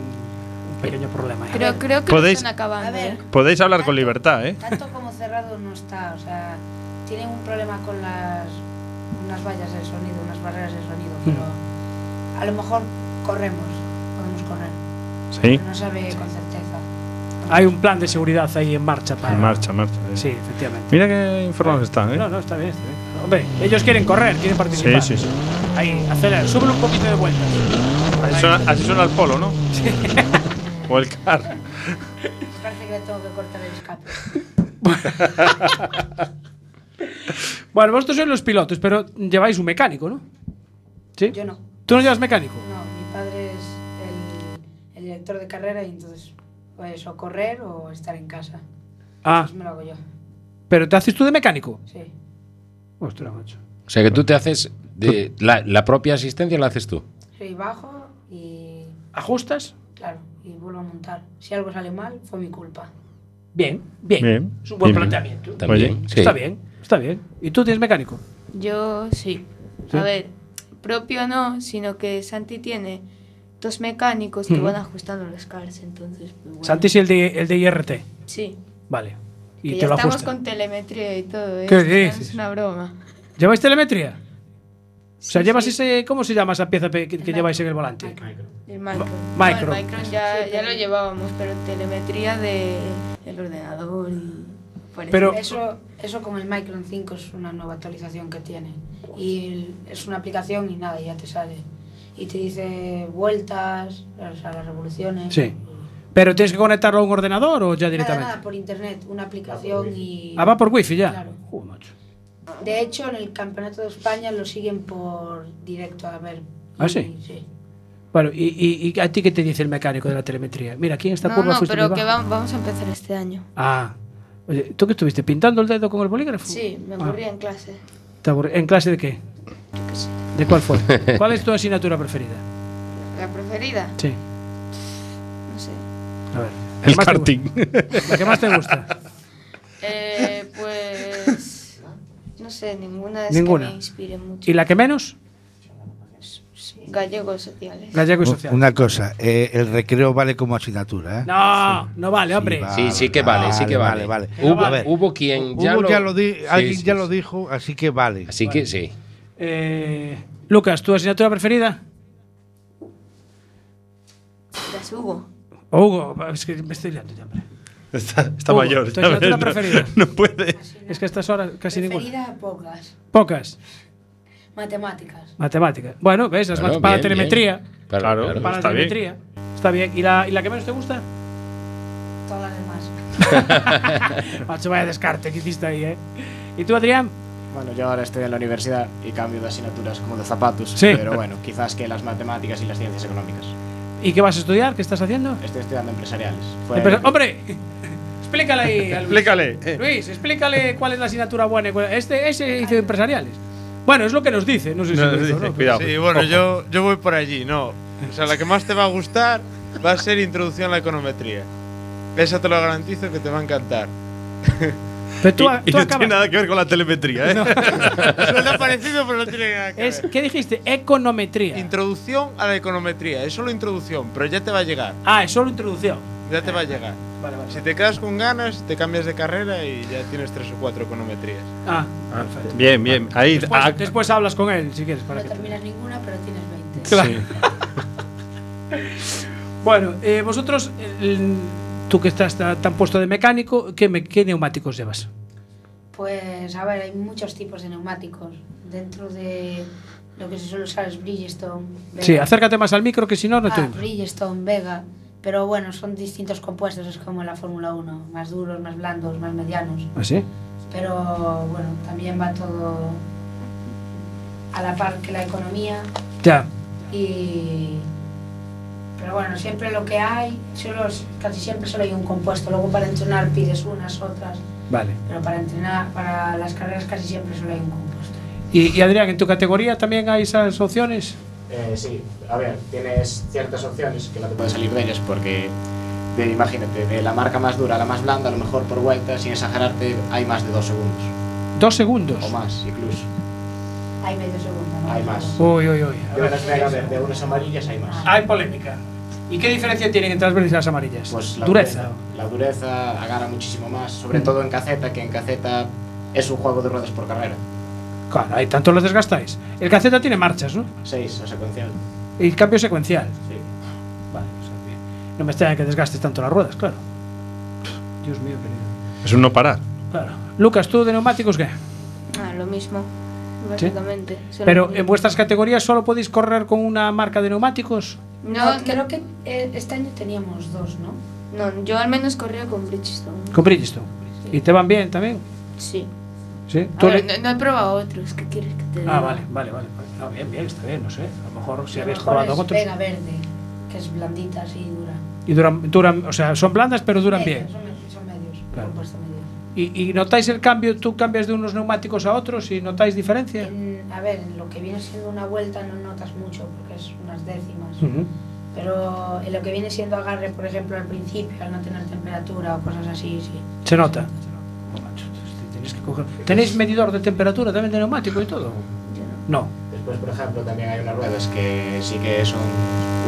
Speaker 1: un pequeño problema. ¿eh?
Speaker 12: Pero creo que lo
Speaker 5: Podéis-
Speaker 12: están acabando.
Speaker 11: A ver,
Speaker 5: Podéis hablar con libertad, ¿eh?
Speaker 11: tanto como cerrado no está, o sea, tienen un problema con las unas vallas de sonido, unas barreras de sonido, pero a lo mejor corremos, podemos correr.
Speaker 5: Sí.
Speaker 11: No sabe con certeza.
Speaker 1: Hay un plan de seguridad ahí en marcha. Para...
Speaker 5: En marcha, en marcha.
Speaker 1: Sí, efectivamente.
Speaker 5: Mira qué informados están, ¿eh?
Speaker 1: No, no, está bien, está bien. Hombre, ellos quieren correr, quieren
Speaker 5: Sí,
Speaker 1: participar.
Speaker 5: sí, sí.
Speaker 1: Ahí, acelera, súbele un poquito de vueltas.
Speaker 5: Así suena, así suena el polo, ¿no? O el car.
Speaker 11: Me parece que le tengo que cortar el escape.
Speaker 1: Bueno, vosotros sois los pilotos, pero lleváis un mecánico, ¿no? ¿Sí?
Speaker 11: Yo no.
Speaker 1: ¿Tú no llevas mecánico?
Speaker 11: No, mi padre es el, el director de carrera y entonces pues o correr o estar en casa.
Speaker 1: Ah,
Speaker 11: Pues me lo hago yo.
Speaker 1: pero ¿te haces tú de mecánico?
Speaker 11: Sí.
Speaker 1: Ostras, macho.
Speaker 10: O sea que tú te haces. De, la, la propia asistencia la haces tú.
Speaker 11: Soy bajo y
Speaker 1: ¿Ajustas?
Speaker 11: claro, y vuelvo a montar. Si algo sale mal, fue mi culpa.
Speaker 1: Bien, bien.
Speaker 5: Bien,
Speaker 1: Es un buen
Speaker 5: bien, bien.
Speaker 1: planteamiento.
Speaker 5: También, Oye, sí.
Speaker 1: Está bien, está bien. ¿Y tú tienes mecánico?
Speaker 12: Yo sí.
Speaker 1: ¿Sí?
Speaker 12: A ver, propio no, sino que Santi tiene dos mecánicos que
Speaker 1: Ujú.
Speaker 12: van ajustando los cars, entonces. pues, bueno.
Speaker 1: Santi es el de, el de IRT.
Speaker 12: Sí.
Speaker 1: Vale.
Speaker 12: que
Speaker 1: Y
Speaker 12: ya
Speaker 1: te lo
Speaker 12: estamos
Speaker 1: ajusta.
Speaker 12: con telemetría y todo, ¿eh?
Speaker 1: ¿Qué
Speaker 12: Esto no
Speaker 1: dices?
Speaker 12: Es una broma.
Speaker 1: ¿Lleváis telemetría? O sea, llevas ese. ¿Cómo se llama esa pieza pe- que, que lleváis en el volante?
Speaker 12: El Micron.
Speaker 1: Ma-
Speaker 12: No,
Speaker 1: Micron.
Speaker 12: el Micron ya, ya lo llevábamos, pero telemetría de el ordenador y. por
Speaker 11: eso, eso con el Micron 5 es una nueva actualización que tiene. Y el- es una aplicación y nada, ya te sale. Y te dice vueltas, o sea, las revoluciones.
Speaker 1: Sí. ¿Pero tienes que conectarlo a un ordenador o ya
Speaker 11: Nada,
Speaker 1: directamente?
Speaker 11: nada, por internet, una aplicación y...
Speaker 1: Ah, va por wifi ya. Joder, macho.
Speaker 11: De hecho, en el Campeonato de España lo siguen por directo, a ver.
Speaker 1: Ah, sí.
Speaker 11: Sí.
Speaker 1: Bueno, y, y- y a ti qué te dice el mecánico de la telemetría? Mira, aquí en esta
Speaker 12: no,
Speaker 1: curva
Speaker 12: no,
Speaker 1: fuiste
Speaker 12: pero
Speaker 1: muy
Speaker 12: que
Speaker 1: bajo.
Speaker 12: va- vamos a empezar este año.
Speaker 1: Ah. Oye, ¿tú qué estuviste? ¿Pintando el dedo con el bolígrafo?
Speaker 12: Sí, me
Speaker 1: Ah.
Speaker 12: aburría en clase.
Speaker 1: ¿Te aburri- ¿En clase de qué? ¿De cuál fue? ¿Cuál es tu asignatura preferida?
Speaker 12: La preferida,
Speaker 1: Sí.
Speaker 12: no sé.
Speaker 1: A ver.
Speaker 5: El
Speaker 1: ¿La más te gu-
Speaker 5: karting.
Speaker 1: ¿La que más te gusta?
Speaker 12: Eh, pues. No sé, ninguna es
Speaker 1: Ninguna.
Speaker 12: que me inspire mucho.
Speaker 1: ¿Y la que menos?
Speaker 12: Gallegos sociales.
Speaker 1: Gallego y
Speaker 8: U-
Speaker 1: social.
Speaker 8: Una cosa, eh, el recreo vale como asignatura, ¿eh?
Speaker 1: No,
Speaker 12: Ah,
Speaker 1: no vale, hombre.
Speaker 10: Sí, sí que vale, sí que vale.
Speaker 8: vale, vale.
Speaker 10: Hubo,
Speaker 8: A ver,
Speaker 10: hubo quien ya
Speaker 8: Hugo
Speaker 10: lo,
Speaker 8: ya lo di-
Speaker 10: Sí,
Speaker 8: alguien
Speaker 10: sí,
Speaker 8: ya
Speaker 10: sí.
Speaker 8: lo dijo, así que vale.
Speaker 10: Así que sí.
Speaker 1: Eh, Lucas, ¿tu asignatura preferida?
Speaker 12: Las Hugo.
Speaker 1: O Hugo, es que me estoy liando ya, hombre.
Speaker 5: Está, está
Speaker 1: Hugo,
Speaker 5: mayor.
Speaker 1: Uh, ¿tu
Speaker 5: ya ves,
Speaker 1: asignatura
Speaker 5: no-
Speaker 1: preferida?
Speaker 5: No, puede.
Speaker 1: Es que a estas horas casi ninguna.
Speaker 11: Preferida, pocas.
Speaker 1: Pocas.
Speaker 11: Matemáticas.
Speaker 1: Matemáticas. Bueno, ¿ves? Las
Speaker 10: Claro,
Speaker 1: mat- para
Speaker 10: bien,
Speaker 1: telemetría.
Speaker 10: bien. Claro,
Speaker 5: Claro,
Speaker 10: claro.
Speaker 1: Para
Speaker 5: está bien.
Speaker 1: telemetría. Está bien. ¿Y la, ¿Y la que menos te gusta?
Speaker 11: Todas las demás.
Speaker 1: Macho, vaya descarte que hiciste ahí, ¿eh? ¿Y tú, Adrián?
Speaker 9: Bueno, yo ahora estoy en la universidad y cambio de asignaturas como de zapatos,
Speaker 1: Sí.
Speaker 9: pero bueno, quizás que las matemáticas y las ciencias económicas.
Speaker 1: ¿Y qué vas a estudiar? ¿Qué estás haciendo?
Speaker 9: Estoy estudiando empresariales. Fue-
Speaker 1: Empeza- ¡Hombre! Explícale ahí a Luis.
Speaker 5: Explícale, eh.
Speaker 1: Luis, explícale cuál es la asignatura buena. y cuál- Este, ese hizo empresariales. Bueno, es lo que nos dice. No sé si
Speaker 5: Nos
Speaker 1: lo hizo,
Speaker 5: dice,
Speaker 1: ¿no?
Speaker 5: cuidado.
Speaker 6: Sí, bueno,
Speaker 5: Ojo.
Speaker 6: yo, yo voy por allí, no. O sea, la que más te va a gustar va a ser Introducción a la Econometría. Esa te lo garantizo que te va a encantar.
Speaker 1: Pero tú,
Speaker 5: y,
Speaker 1: a-
Speaker 5: y
Speaker 1: tú
Speaker 5: no
Speaker 1: acabas-
Speaker 5: tiene nada que ver con la telemetría, ¿eh?
Speaker 6: Suena parecido, pero no tiene nada que
Speaker 1: Es, ¿Qué dijiste? Econometría.
Speaker 6: Introducción a la econometría. Es solo introducción, pero ya te va a llegar.
Speaker 1: Ah, es solo introducción.
Speaker 6: Ya te va a llegar. Si te quedas con ganas, te cambias de carrera y ya tienes tres o cuatro econometrías.
Speaker 1: Ah,
Speaker 5: Bien, bien. Ahí,
Speaker 1: después,
Speaker 5: ah,
Speaker 1: después hablas con él, si quieres. Para
Speaker 11: No
Speaker 1: que-
Speaker 11: terminas ninguna, pero tienes 20.
Speaker 1: Claro. bueno, eh, vosotros, el- tú que estás ta- tan puesto de mecánico, ¿qué, me- qué neumáticos llevas?
Speaker 11: Pues, a ver, hay muchos tipos de neumáticos. Dentro de lo que se suele usar es Bridgestone. Vega.
Speaker 1: Sí, acércate más al micro que si no, no te
Speaker 11: Ah,
Speaker 1: oigo.
Speaker 11: Bridgestone, Vega. Pero bueno, son distintos compuestos, es como la Fórmula 1. Más duros, más blandos, más medianos.
Speaker 1: ¿Ah, sí?
Speaker 11: Pero bueno, también va todo a la par que la economía.
Speaker 1: Ya.
Speaker 11: Y. Pero bueno, siempre lo que hay, solo, es- casi siempre solo hay un compuesto. Luego para entrenar pides unas, otras.
Speaker 1: Vale.
Speaker 11: Pero para entrenar, para las carreras casi siempre solo hay un compuesto.
Speaker 1: Y, y Adrián, ¿en tu categoría también hay esas opciones?
Speaker 9: Eh, sí, a ver, tienes ciertas opciones que no te puedes salir de ellas porque, de- imagínate, de la marca más dura a la más blanda, a lo mejor por vuelta, sin exagerarte, hay más de dos segundos.
Speaker 1: Dos segundos.
Speaker 9: O más, incluso.
Speaker 11: Hay medio segundo.
Speaker 9: Hay más.
Speaker 1: Uy, uy, uy.
Speaker 9: De unas megas, de, de unas amarillas hay más.
Speaker 1: Hay polémica. ¿Y qué diferencia tienen entre las verdes y las amarillas? Pues
Speaker 9: La
Speaker 1: dureza.
Speaker 9: La dureza agarra muchísimo más, sobre todo en caceta, que en caceta es un juego de ruedas por carrera.
Speaker 1: Claro, ahí tanto los desgastáis. El caceta tiene marchas, ¿no?
Speaker 9: Seis, o secuencial.
Speaker 1: Y el cambio secuencial.
Speaker 9: Sí.
Speaker 1: Vale, o sea, bien. No me extraña que desgastes tanto las ruedas, claro. Dios mío, querido.
Speaker 5: es un no parar.
Speaker 1: Claro. Lucas, ¿tú de neumáticos qué?
Speaker 12: Ah, lo mismo,
Speaker 1: ¿Sí?
Speaker 12: básicamente. Solo
Speaker 1: Pero
Speaker 12: que-
Speaker 1: en vuestras categorías solo podéis correr con una marca de neumáticos.
Speaker 11: No, creo que eh, este año teníamos dos, ¿no?
Speaker 12: No, yo al menos corría con Bridgestone.
Speaker 1: Con Bridgestone. ¿Y te van bien también?
Speaker 12: Sí.
Speaker 1: ¿Sí?
Speaker 12: A
Speaker 1: ¿Tú
Speaker 12: ver,
Speaker 1: le-
Speaker 12: no, no he probado otros, ¿qué quieres que te diga?
Speaker 1: Ah, vale, vale, vale. vale. No, bien, bien, está bien, no sé. A lo mejor Pues si
Speaker 11: Lo
Speaker 1: habéis
Speaker 11: mejor
Speaker 1: probado
Speaker 11: es
Speaker 1: otros.
Speaker 11: Vega verde, que es blandita así y dura.
Speaker 1: Y duran, duran, o sea, son blandas pero duran
Speaker 11: Medio,
Speaker 1: bien.
Speaker 11: Son, me- son medios, un
Speaker 1: Claro.
Speaker 11: compuesto medio.
Speaker 1: ¿Y, y notáis el cambio? ¿Tú cambias de unos neumáticos a otros y notáis diferencia?
Speaker 12: Eh,
Speaker 11: En- a ver, en lo que viene siendo una vuelta no notas mucho porque es unas décimas.
Speaker 1: Ujú.
Speaker 11: Pero en lo que viene siendo agarre, por ejemplo, al principio, al no tener temperatura o cosas así, sí.
Speaker 1: Se nota. Oh, Tenéis que coger- ¿Tenéis medidor de temperatura también de neumático y todo? No.
Speaker 9: Después, por ejemplo, también hay unas ruedas que sí que son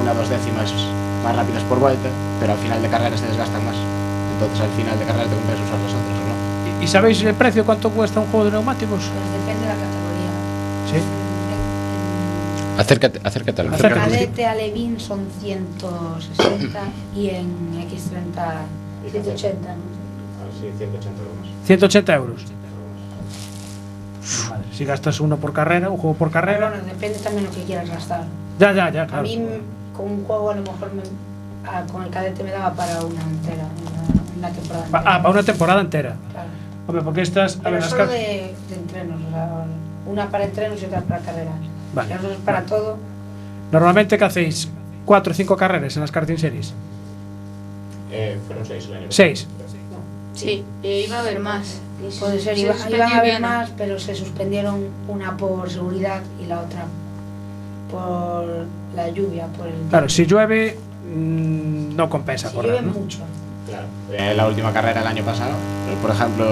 Speaker 9: una o dos décimas más rápidas por vuelta, pero al final de carrera se desgastan más. Entonces, al final de carrera te compensa usar las otras, ¿o no?
Speaker 1: ¿Y- ¿Y sabéis el precio cuánto cuesta un juego de neumáticos?
Speaker 11: Pues Depende de la categoría.
Speaker 1: Sí.
Speaker 10: Acércate, acércate al
Speaker 1: Acércate.
Speaker 11: Cadete Alevín son 160 y en X30 180.
Speaker 9: Ah, sí, 180 euros.
Speaker 1: 180 euros. Madre, si gastas uno por carrera, un juego por
Speaker 11: Pero
Speaker 1: carrera.
Speaker 11: bueno, depende también lo que quieras gastar.
Speaker 1: Ya, ya, ya,
Speaker 11: A
Speaker 1: claro.
Speaker 11: mí m- con un juego a lo mejor me- ah, con el cadete me daba para una entera, una, una temporada
Speaker 1: Pa-
Speaker 11: entera.
Speaker 1: ah, para una temporada entera.
Speaker 11: Claro.
Speaker 1: Hombre, porque estas. A
Speaker 11: Pero
Speaker 1: ver, las
Speaker 11: solo
Speaker 1: car-
Speaker 11: de, de entrenos, o sea, una para entrenos y otra para carreras.
Speaker 1: Vale.
Speaker 11: Las dos para todo,
Speaker 1: Normalmente, ¿qué hacéis? ¿Cuatro o cinco carreras en las karting series?
Speaker 9: Eh, fueron seis el año pasado.
Speaker 1: ¿Seis?
Speaker 12: Sí, eh, iba a haber más.
Speaker 11: puede ser,
Speaker 12: Se
Speaker 11: iba,
Speaker 12: suspendió
Speaker 11: iban a haber
Speaker 12: Viena.
Speaker 11: más, pero se suspendieron una por seguridad y la otra por la lluvia, por el...
Speaker 1: Claro, si llueve, mm, no compensa
Speaker 11: Si
Speaker 1: correr.
Speaker 11: llueve
Speaker 1: ¿no?
Speaker 11: mucho.
Speaker 9: Claro. Eh, la última carrera el año pasado, pero, por ejemplo,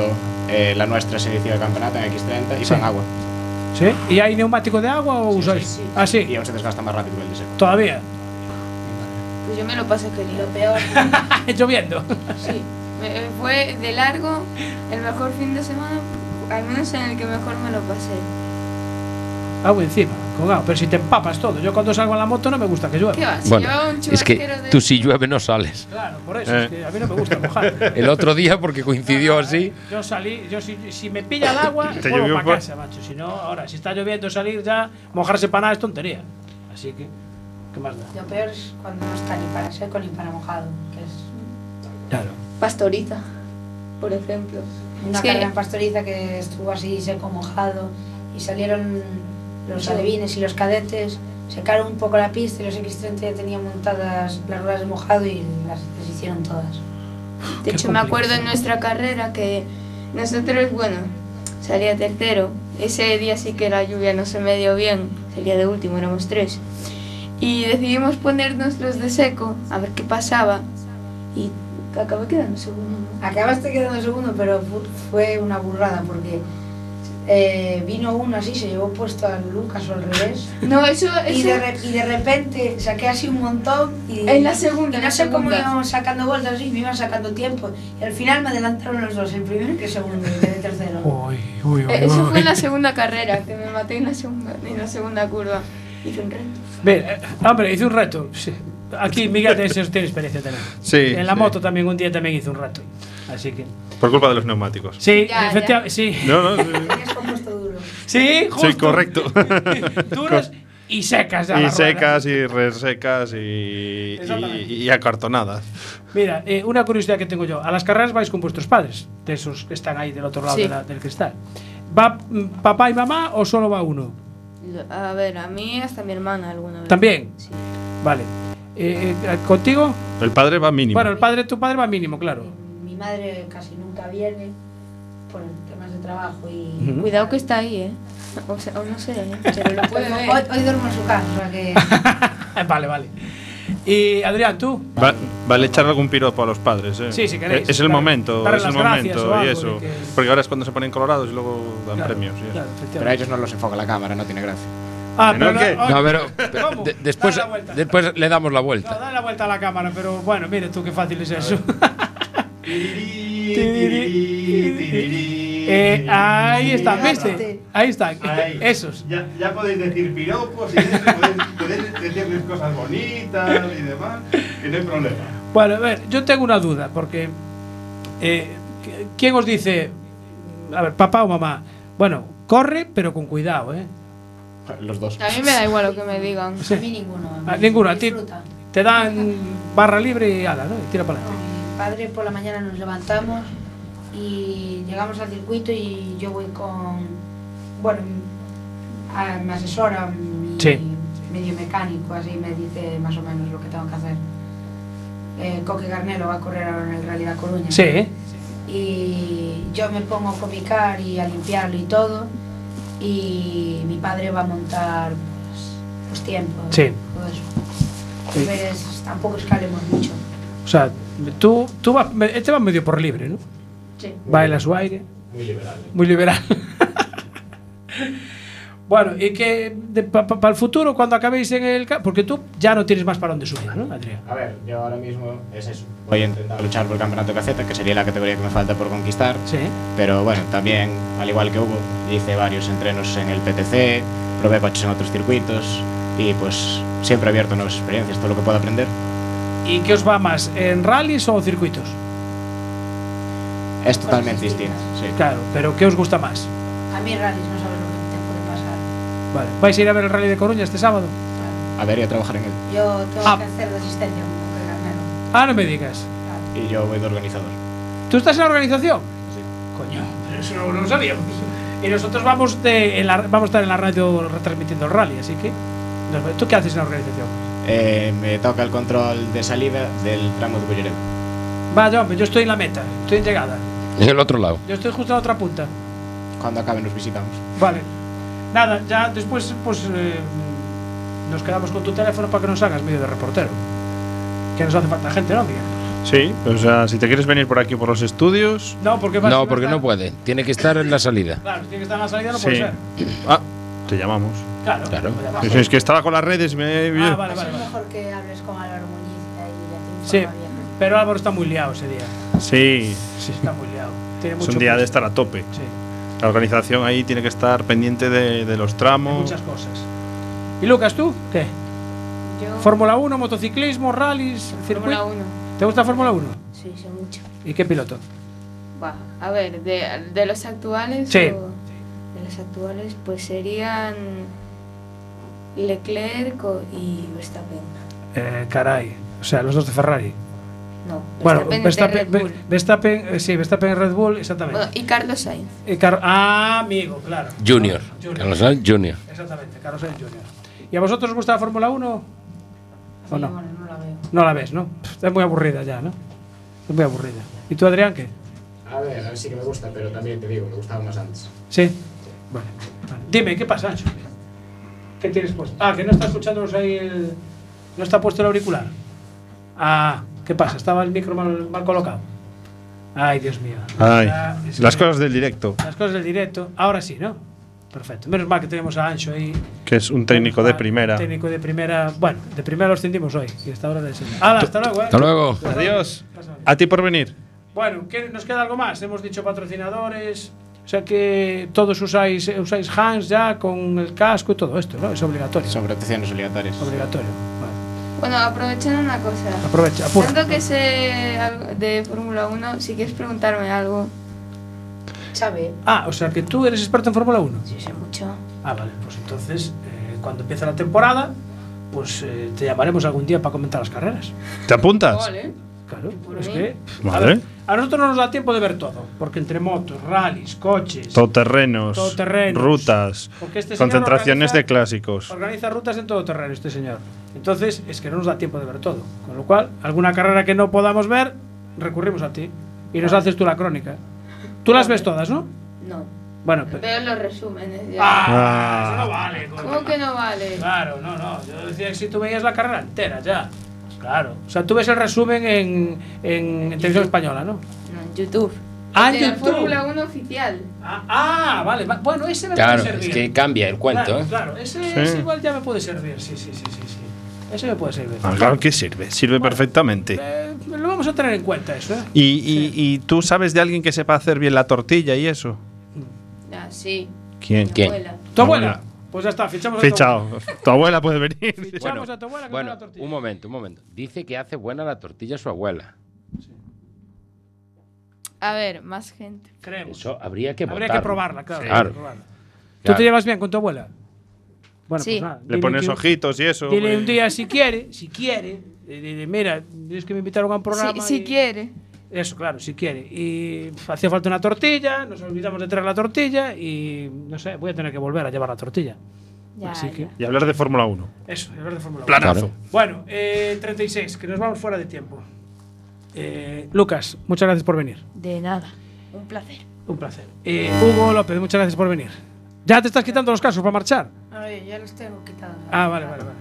Speaker 9: eh, la nuestra se inició el campeonato en X30 y
Speaker 1: Sí.
Speaker 9: fue en agua.
Speaker 1: ¿Sí? ¿Y hay neumático de agua o usáis? Ah, sí.
Speaker 9: Y aún se desgasta más rápido que el de seco.
Speaker 1: Todavía.
Speaker 12: Pues yo me lo pasé que
Speaker 11: Ah. Lo peor, Ah,
Speaker 1: Lloviendo.
Speaker 12: Sí, me- eh, fue de largo el mejor fin de semana, al menos en el que mejor me lo pasé.
Speaker 1: Agua encima, con agua. Pero si te empapas todo. Yo cuando salgo en la moto no me gusta que llueva.
Speaker 12: ¿Qué va? Si
Speaker 10: Bueno,
Speaker 12: llevaba un
Speaker 10: es que
Speaker 12: chubasquero de-
Speaker 10: tú si llueve no sales.
Speaker 1: Claro, por eso.
Speaker 10: Eh.
Speaker 1: Es que a mí no me gusta mojar.
Speaker 10: El otro día, porque coincidió así,
Speaker 1: Yo salí, yo si, si me pilla el agua,
Speaker 10: Te
Speaker 1: vuelvo
Speaker 10: llovió
Speaker 1: para
Speaker 10: por-
Speaker 1: casa, macho. Si no, ahora, si está lloviendo salir ya, mojarse para nada es tontería. Así que, ¿qué más da?
Speaker 11: lo peor es cuando no está ni para seco ni para mojado, que es
Speaker 1: Claro.
Speaker 12: Pastoriza, por ejemplo.
Speaker 11: Una
Speaker 12: Es que-
Speaker 11: carrera en pastoriza que estuvo así seco mojado y salieron los
Speaker 12: Sí.
Speaker 11: alevines y los cadetes, secaron un poco la pista y los X30 ya tenían montadas las ruedas de mojado y las deshicieron todas.
Speaker 12: De hecho, me acuerdo en nuestra carrera que nosotros, bueno, salía tercero. Ese día sí que la lluvia no se me dio bien, salía de último, éramos tres. Y decidimos ponernos los de seco, a ver qué pasaba. Y que acabé quedando segundo. ¿no?
Speaker 11: Acabaste quedando segundo, pero fu- fue una burrada porque eh, vino uno así, se llevó puesto al Lucas o al revés.
Speaker 12: No, eso-
Speaker 11: Y,
Speaker 12: eso-
Speaker 11: de re- y de repente saqué así un montón y.
Speaker 12: En la
Speaker 11: y
Speaker 12: segunda, en la
Speaker 11: no sé cómo
Speaker 12: segunda.
Speaker 11: íbamos sacando vueltas así, me iban sacando tiempo. Y al final me adelantaron los dos, el primero que el segundo, y quedé tercero.
Speaker 1: Uy, uy,
Speaker 12: Eh, Eso fue
Speaker 1: uy.
Speaker 12: en la segunda carrera, que me maté en la segunda, en la segunda curva. Hice un reto.
Speaker 1: Bien, eh, hombre, hice un rato. Sí. Aquí Miguel tiene, tiene experiencia también.
Speaker 5: Sí,
Speaker 1: En la
Speaker 5: sí.
Speaker 1: moto también un día también hice un rato. Así que.
Speaker 5: Por culpa de los neumáticos.
Speaker 1: Sí, efectivamente. Sí.
Speaker 5: No, no, sí.
Speaker 1: Sí, justo.
Speaker 5: Soy correcto.
Speaker 1: Duras y secas ya
Speaker 5: Y
Speaker 1: las
Speaker 5: secas y resecas y, y, y acartonadas.
Speaker 1: Mira, eh, una curiosidad que tengo yo. A las carreras vais con vuestros padres, de esos que están ahí del otro lado
Speaker 12: Sí.
Speaker 1: de la- del cristal. ¿Va mm, papá y mamá o solo va uno?
Speaker 12: Lo- A ver, a mí hasta mi hermana alguna vez.
Speaker 1: ¿También? Vale. Eh, eh, ¿Contigo?
Speaker 5: El padre va mínimo.
Speaker 1: Bueno, el padre, tu padre va mínimo, claro.
Speaker 11: Mi madre casi nunca viene por temas de trabajo y.
Speaker 1: Ujú.
Speaker 12: Cuidado que está ahí, ¿eh? O, sea, o no sé, ¿eh? pero lo puede ver.
Speaker 11: Hoy, hoy duermo en su casa, o sea que.
Speaker 1: vale, vale. Y Adrián, tú.
Speaker 5: Va- vale echar algún piropo a los padres, ¿eh?
Speaker 1: Sí, si queréis.
Speaker 5: Eh, Es el
Speaker 1: Dar-
Speaker 5: momento,
Speaker 1: darle
Speaker 5: es el
Speaker 1: las gracias o
Speaker 5: momento y
Speaker 1: algo
Speaker 5: eso.
Speaker 1: de que-
Speaker 5: Porque ahora es cuando se ponen colorados y luego dan
Speaker 1: Claro,
Speaker 5: premios. y eso.
Speaker 1: claro, efectivamente.
Speaker 10: Pero a ellos no los enfoca la cámara, no tiene gracia.
Speaker 1: Ah,
Speaker 10: ¿Que
Speaker 1: pero
Speaker 10: no,
Speaker 1: la-
Speaker 10: qué?
Speaker 1: ay,
Speaker 10: No, pero
Speaker 1: ¿cómo?
Speaker 10: de- después,
Speaker 1: Dale la vuelta.
Speaker 10: después le damos la vuelta.
Speaker 1: No, dale la vuelta a la cámara, pero bueno, mire tú qué fácil es eso. Eh, ahí están, ¿viste? Ahí están. Esos.
Speaker 13: Ya, ya podéis decir piropos y eso, podéis, podéis decirles cosas bonitas y demás, que no hay problema.
Speaker 1: Bueno, a ver, yo tengo una duda, porque eh, ¿qu- ¿quién os dice, a ver, papá o mamá? Bueno, corre, pero con cuidado, ¿eh?
Speaker 10: Los dos.
Speaker 12: A mí me da igual lo que me digan.
Speaker 1: Sí. A
Speaker 11: mí ninguno.
Speaker 1: Ah, ninguno, a ti te dan barra libre y ala, ¿no? Y tira para adelante.
Speaker 11: Mi padre por la mañana nos levantamos y llegamos al circuito y yo voy con. Bueno, a- me asesora mi
Speaker 1: Sí.
Speaker 11: medio mecánico, así me dice más o menos lo que tengo que hacer. Eh, Coque Garnero va a correr ahora en el Rally La Coruña.
Speaker 1: Sí, ¿eh?
Speaker 11: y yo me pongo a comicar y a limpiarlo y todo y mi padre va a montar pues, los tiempos
Speaker 1: Sí.
Speaker 11: todo eso.
Speaker 1: Sí.
Speaker 11: Entonces, tampoco escalemos mucho
Speaker 1: O sea, tú, tú vas, me- este va medio por libre, ¿no?
Speaker 11: Sí.
Speaker 1: Baila su aire.
Speaker 10: Muy liberal.
Speaker 1: Muy liberal. bueno, y que para el futuro, cuando acabéis en el... ca- Porque tú ya no tienes más para dónde subir, ¿no, Adrián?
Speaker 10: A ver, yo ahora mismo es eso. Voy a intentar luchar por el campeonato de caceta, que sería la categoría que me falta por conquistar.
Speaker 1: Sí.
Speaker 10: Pero bueno, también, al igual que Hugo, hice varios entrenos en el PTC, probé coches en otros circuitos y pues siempre abierto a nuevas experiencias, todo lo que pueda aprender.
Speaker 1: ¿Y qué os va más, en rallies o circuitos?
Speaker 10: Es totalmente distinto. Sí.
Speaker 1: Claro, pero ¿qué os gusta más?
Speaker 11: a mí rallies no sabes lo que te puede pasar
Speaker 1: Vale. ¿Vais a ir a ver el rally de Coruña este sábado?
Speaker 10: A ver y a trabajar en él.
Speaker 11: yo tengo que hacer de asistencia un poco de carnero
Speaker 1: Ah, no me digas.
Speaker 10: Y yo voy de organizador.
Speaker 1: ¿Tú estás en la organización? Coño, pero eso no, no lo sabíamos. Y nosotros vamos, de, en la- vamos a estar en la radio retransmitiendo el rally, así que... nos- ¿Tú qué haces en la organización?
Speaker 10: Eh, me toca el control de salida del tramo de Culleredo.
Speaker 1: Vaya, hombre, yo estoy en la meta, estoy en llegada.
Speaker 10: En el otro lado.
Speaker 1: Yo estoy justo a la otra punta.
Speaker 10: Cuando acabe nos visitamos.
Speaker 1: Vale. Nada, ya después pues eh, nos quedamos con tu teléfono para que nos hagas vídeo de reportero. Que nos hace falta gente, ¿no, Miguel?
Speaker 5: Sí, o sea, si te quieres venir por aquí por los estudios.
Speaker 1: No, porque vas-
Speaker 5: No,
Speaker 1: vas
Speaker 5: porque
Speaker 1: a-
Speaker 5: no
Speaker 10: puede. Tiene que estar en la salida.
Speaker 1: Claro, tiene que estar en la salida, no
Speaker 5: Sí.
Speaker 1: puede ser.
Speaker 5: Ah, te llamamos.
Speaker 1: Claro.
Speaker 5: Es, es que estaba con las redes. Me...
Speaker 1: Ah, vale, vale,
Speaker 11: pues es
Speaker 1: vale.
Speaker 11: mejor que hables con Álvaro Muñiz
Speaker 1: Sí, pero Álvaro está muy liado ese día.
Speaker 5: Sí, sí.
Speaker 1: Está muy liado. Tiene
Speaker 5: Es
Speaker 1: mucho
Speaker 5: un día
Speaker 1: prisa.
Speaker 5: de estar a tope.
Speaker 1: Sí.
Speaker 5: La organización ahí tiene que estar pendiente de, de los tramos.
Speaker 1: Muchas cosas. ¿Y Lucas, tú? ¿Qué? ¿Fórmula 1, motociclismo, rallies,
Speaker 12: Fórmula
Speaker 1: circuito?
Speaker 12: 1.
Speaker 1: ¿Te gusta Fórmula 1?
Speaker 12: Sí, sé mucho.
Speaker 1: ¿Y qué piloto?
Speaker 12: Va, a ver, de, de los actuales.
Speaker 1: Sí.
Speaker 12: o- de los actuales, pues serían. Leclerc o- y Verstappen.
Speaker 1: Eh, caray. O sea, los dos de Ferrari.
Speaker 12: No,
Speaker 1: Bueno,
Speaker 12: Verstappen de
Speaker 1: Verstappen,
Speaker 12: Red Bull.
Speaker 1: Ve- Verstappen, eh, sí, Verstappen en Red Bull, exactamente.
Speaker 12: Bueno, y Carlos Sainz.
Speaker 1: Eh, Car- ah, amigo, claro.
Speaker 10: Junior.
Speaker 1: Carlos
Speaker 10: Sainz Junior.
Speaker 1: Exactamente, Carlos Sainz Jr. ¿Y a vosotros os gusta la Fórmula 1? ¿O no?
Speaker 11: no la veo
Speaker 1: No la ves, ¿no? Pff, Es muy aburrida ya, ¿no? Es muy aburrida. ¿Y tú, Adrián, qué?
Speaker 10: A ver, a ver si que me gusta, pero también te digo, me gustaba más antes.
Speaker 1: ¿Sí? Vale. vale. Dime, ¿qué pasa, Ancho? ¿Qué tienes puesto? Ah, que no está escuchándonos ahí el... ¿No está puesto el auricular? Ah, ¿Qué pasa? ¿Estaba el micro mal, mal colocado? Ay, Dios mío.
Speaker 5: Ay,
Speaker 1: Ah, es
Speaker 5: las
Speaker 1: que-
Speaker 5: cosas del directo,
Speaker 1: Las cosas del directo. Ahora sí, ¿no? Perfecto. Menos mal que tenemos a Ancho ahí.
Speaker 5: que es un técnico Pues de primera.
Speaker 1: Técnico de primera. Bueno, de primera los sentimos hoy. Y hasta ahora de Hala, hasta luego, ¿eh?
Speaker 5: Adiós. A ti por venir.
Speaker 1: Bueno, ¿qué- ¿nos queda algo más? Hemos dicho patrocinadores. O sea que todos usáis, eh, usáis hands ya con el casco y todo esto, ¿no? Es obligatorio.
Speaker 10: Son protecciones obligatorias.
Speaker 1: Obligatorio. Vale.
Speaker 12: Bueno, aprovechando una cosa.
Speaker 1: Aprovecha, apura.
Speaker 12: Tanto que sé algo de Fórmula 1, si quieres preguntarme algo.
Speaker 11: Chávez.
Speaker 1: Ah, o sea que tú eres experto en Fórmula 1.
Speaker 12: Sí, sé mucho.
Speaker 1: Ah, vale. Pues entonces, eh, cuando empieza la temporada, pues eh, te llamaremos algún día para comentar las carreras.
Speaker 5: ¿Te apuntas?
Speaker 1: Claro,
Speaker 12: por
Speaker 1: es
Speaker 12: mí.
Speaker 1: que. pff,
Speaker 5: Vale.
Speaker 1: A, ver, a nosotros no nos da tiempo de ver todo, porque entre motos, rallies, coches.
Speaker 5: Todoterrenos,
Speaker 1: Todoterrenos.
Speaker 5: rutas,
Speaker 1: Porque este señor
Speaker 5: concentraciones
Speaker 1: organiza-
Speaker 5: de clásicos.
Speaker 1: Organiza rutas en todo terreno este señor. Entonces, es que no nos da tiempo de ver todo. Con lo cual, alguna carrera que no podamos ver, recurrimos a ti. Y nos haces tú la crónica. Tú las ves todas, ¿no?
Speaker 12: No.
Speaker 1: Bueno, pero.
Speaker 12: Veo los resúmenes ya.
Speaker 1: Ah, eso no vale.
Speaker 12: ¿Cómo que no vale?
Speaker 1: Claro, no, no. Yo decía que si tú veías la carrera entera ya. Claro. O sea, tú ves el resumen en, en, en televisión española, ¿no?
Speaker 12: No, en YouTube.
Speaker 1: Ah,
Speaker 12: De
Speaker 1: en
Speaker 12: la
Speaker 1: YouTube.
Speaker 12: Fórmula 1 oficial.
Speaker 1: Ah, vale. va- Bueno, ese me
Speaker 3: Claro,
Speaker 1: puede servir.
Speaker 3: es que cambia el cuento,
Speaker 1: Claro,
Speaker 3: ¿eh?
Speaker 1: claro, ese,
Speaker 5: Sí.
Speaker 1: ese igual ya me puede servir. Sí, sí, sí, sí. sí. Ese me puede servir.
Speaker 5: Ah, claro que sirve, sirve perfectamente.
Speaker 1: Eh, lo vamos a tener en cuenta eso, ¿eh?
Speaker 5: ¿Y, y- y tú sabes de alguien que sepa hacer bien la tortilla y eso?
Speaker 12: Ah, sí.
Speaker 5: ¿Quién?
Speaker 12: Mi abuela.
Speaker 1: ¿Tu abuela? Pues ya está, fichamos
Speaker 5: Fichado. tu abuela puede venir.
Speaker 1: Fichamos
Speaker 3: Bueno,
Speaker 1: a tu abuela que
Speaker 3: bueno,
Speaker 1: hace la tortilla.
Speaker 3: un momento, un momento. Dice que hace buena la tortilla su abuela.
Speaker 12: A ver, más gente.
Speaker 1: Creemos.
Speaker 3: Eso habría que
Speaker 1: Habría
Speaker 3: votarlo.
Speaker 1: que probarla, claro.
Speaker 3: Sí.
Speaker 1: habría que probarla. ¿Tú te llevas bien con tu abuela? Bueno,
Speaker 12: Sí.
Speaker 1: pues nada.
Speaker 5: Le
Speaker 1: dile
Speaker 5: pones
Speaker 1: que-
Speaker 5: ojitos y eso.
Speaker 1: Dile
Speaker 5: eh.
Speaker 1: un día si quiere, si quiere. eh, dile, mira, es que me invitaron a un programa.
Speaker 12: Si, si
Speaker 1: y-
Speaker 12: quiere.
Speaker 1: Eso, claro, si quiere. Y pf, hacía falta una tortilla, nos olvidamos de traer la tortilla y no sé, voy a tener que volver a llevar la tortilla.
Speaker 12: Ya,
Speaker 1: Así que.
Speaker 5: Y hablar de Fórmula 1.
Speaker 1: Eso, hablar de Fórmula 1.
Speaker 5: Planazo.
Speaker 1: Bueno, eh, 36, que nos vamos fuera de tiempo. Eh, Lucas, muchas gracias por venir.
Speaker 12: De nada. Un placer.
Speaker 1: Un placer. Eh, Hugo López, muchas gracias por venir. ¿Ya te estás quitando los casos para marchar?
Speaker 11: ya los tengo quitados.
Speaker 1: Ah, vale, vale, vale.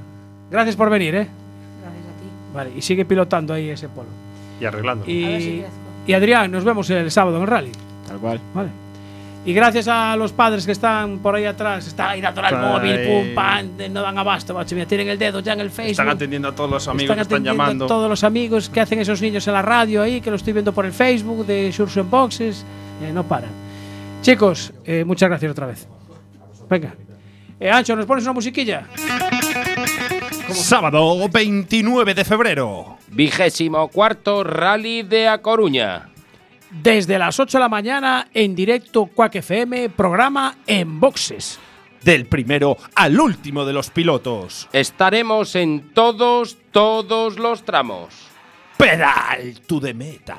Speaker 1: Gracias por venir, ¿eh?
Speaker 11: Gracias a ti.
Speaker 1: Vale, y sigue pilotando ahí ese polo.
Speaker 5: Y arreglando.
Speaker 1: Y,
Speaker 11: A ver si crezco.
Speaker 1: y Adrián, nos vemos el sábado en el rally.
Speaker 10: Tal cual.
Speaker 1: Vale. Y gracias a los padres que están por ahí atrás, están ahí dándole al
Speaker 5: Ay.
Speaker 1: móvil, pum, pam, de- no dan abasto, macho, mira, tienen el dedo ya en el Facebook.
Speaker 5: Están atendiendo a todos los amigos que están
Speaker 1: atendiendo
Speaker 5: llamando.
Speaker 1: A todos los amigos que hacen esos niños en la radio ahí, que lo estoy viendo por el Facebook de Surso en Boxes, eh, no paran. Chicos, eh, muchas gracias otra vez. Venga. Eh, Ancho, ¿nos pones una musiquilla?
Speaker 2: Sábado 29 de febrero.
Speaker 3: Vigésimo cuarto rally de A Coruña.
Speaker 1: Desde las 8 de la mañana, en directo, Quack FM, programa En Boxes.
Speaker 2: Del primero al último de los pilotos.
Speaker 3: Estaremos en todos, todos los tramos.
Speaker 2: Pedal to the metal.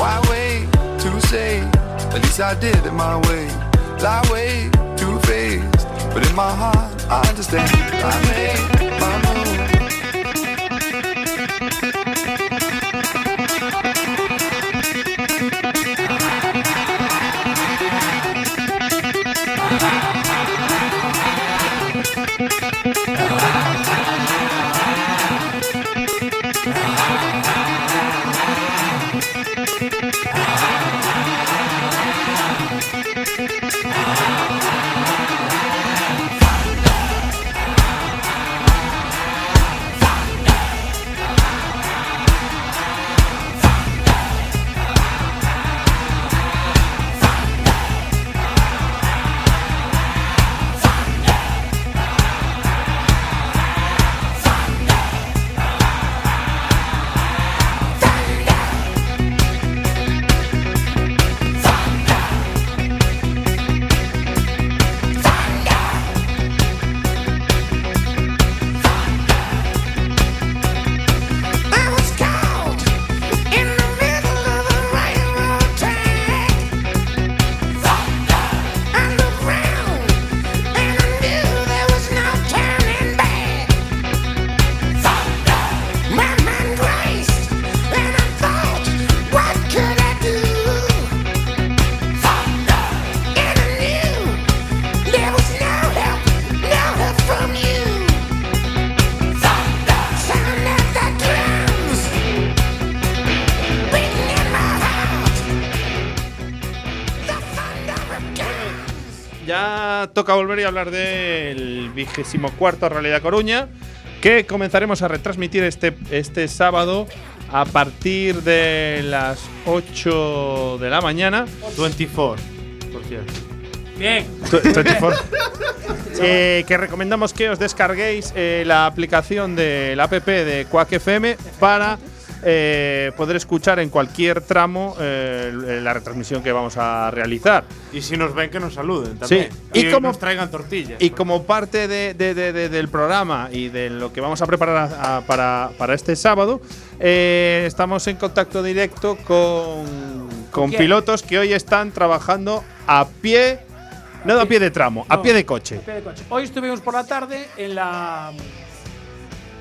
Speaker 4: Why wait to say? At least I did it my way. Lie way too faced, but in my heart I understand. I made my move.
Speaker 5: ahora toca volver y hablar del vigésimo cuarto Realidad Coruña, que comenzaremos a retransmitir este, este sábado a partir de las 8 de la mañana. 24, por cierto.
Speaker 1: Bien.
Speaker 5: 24. Eh, que recomendamos que os descarguéis eh, la aplicación de la app de Quack FM para eh, poder escuchar en cualquier tramo eh, la retransmisión que vamos a realizar.
Speaker 14: Y si nos ven, que nos saluden también.
Speaker 5: Sí.
Speaker 14: Y,
Speaker 5: Y como-
Speaker 14: nos traigan tortillas.
Speaker 5: Y como parte de- de- de- de- del programa y de lo que vamos a preparar a- a- para, para este sábado, eh, estamos en contacto directo con, con
Speaker 1: quién?
Speaker 5: pilotos que hoy están trabajando a pie, no a pie de tramo, a
Speaker 1: No,
Speaker 5: pie de coche.
Speaker 1: a pie de coche. Hoy estuvimos por la tarde en la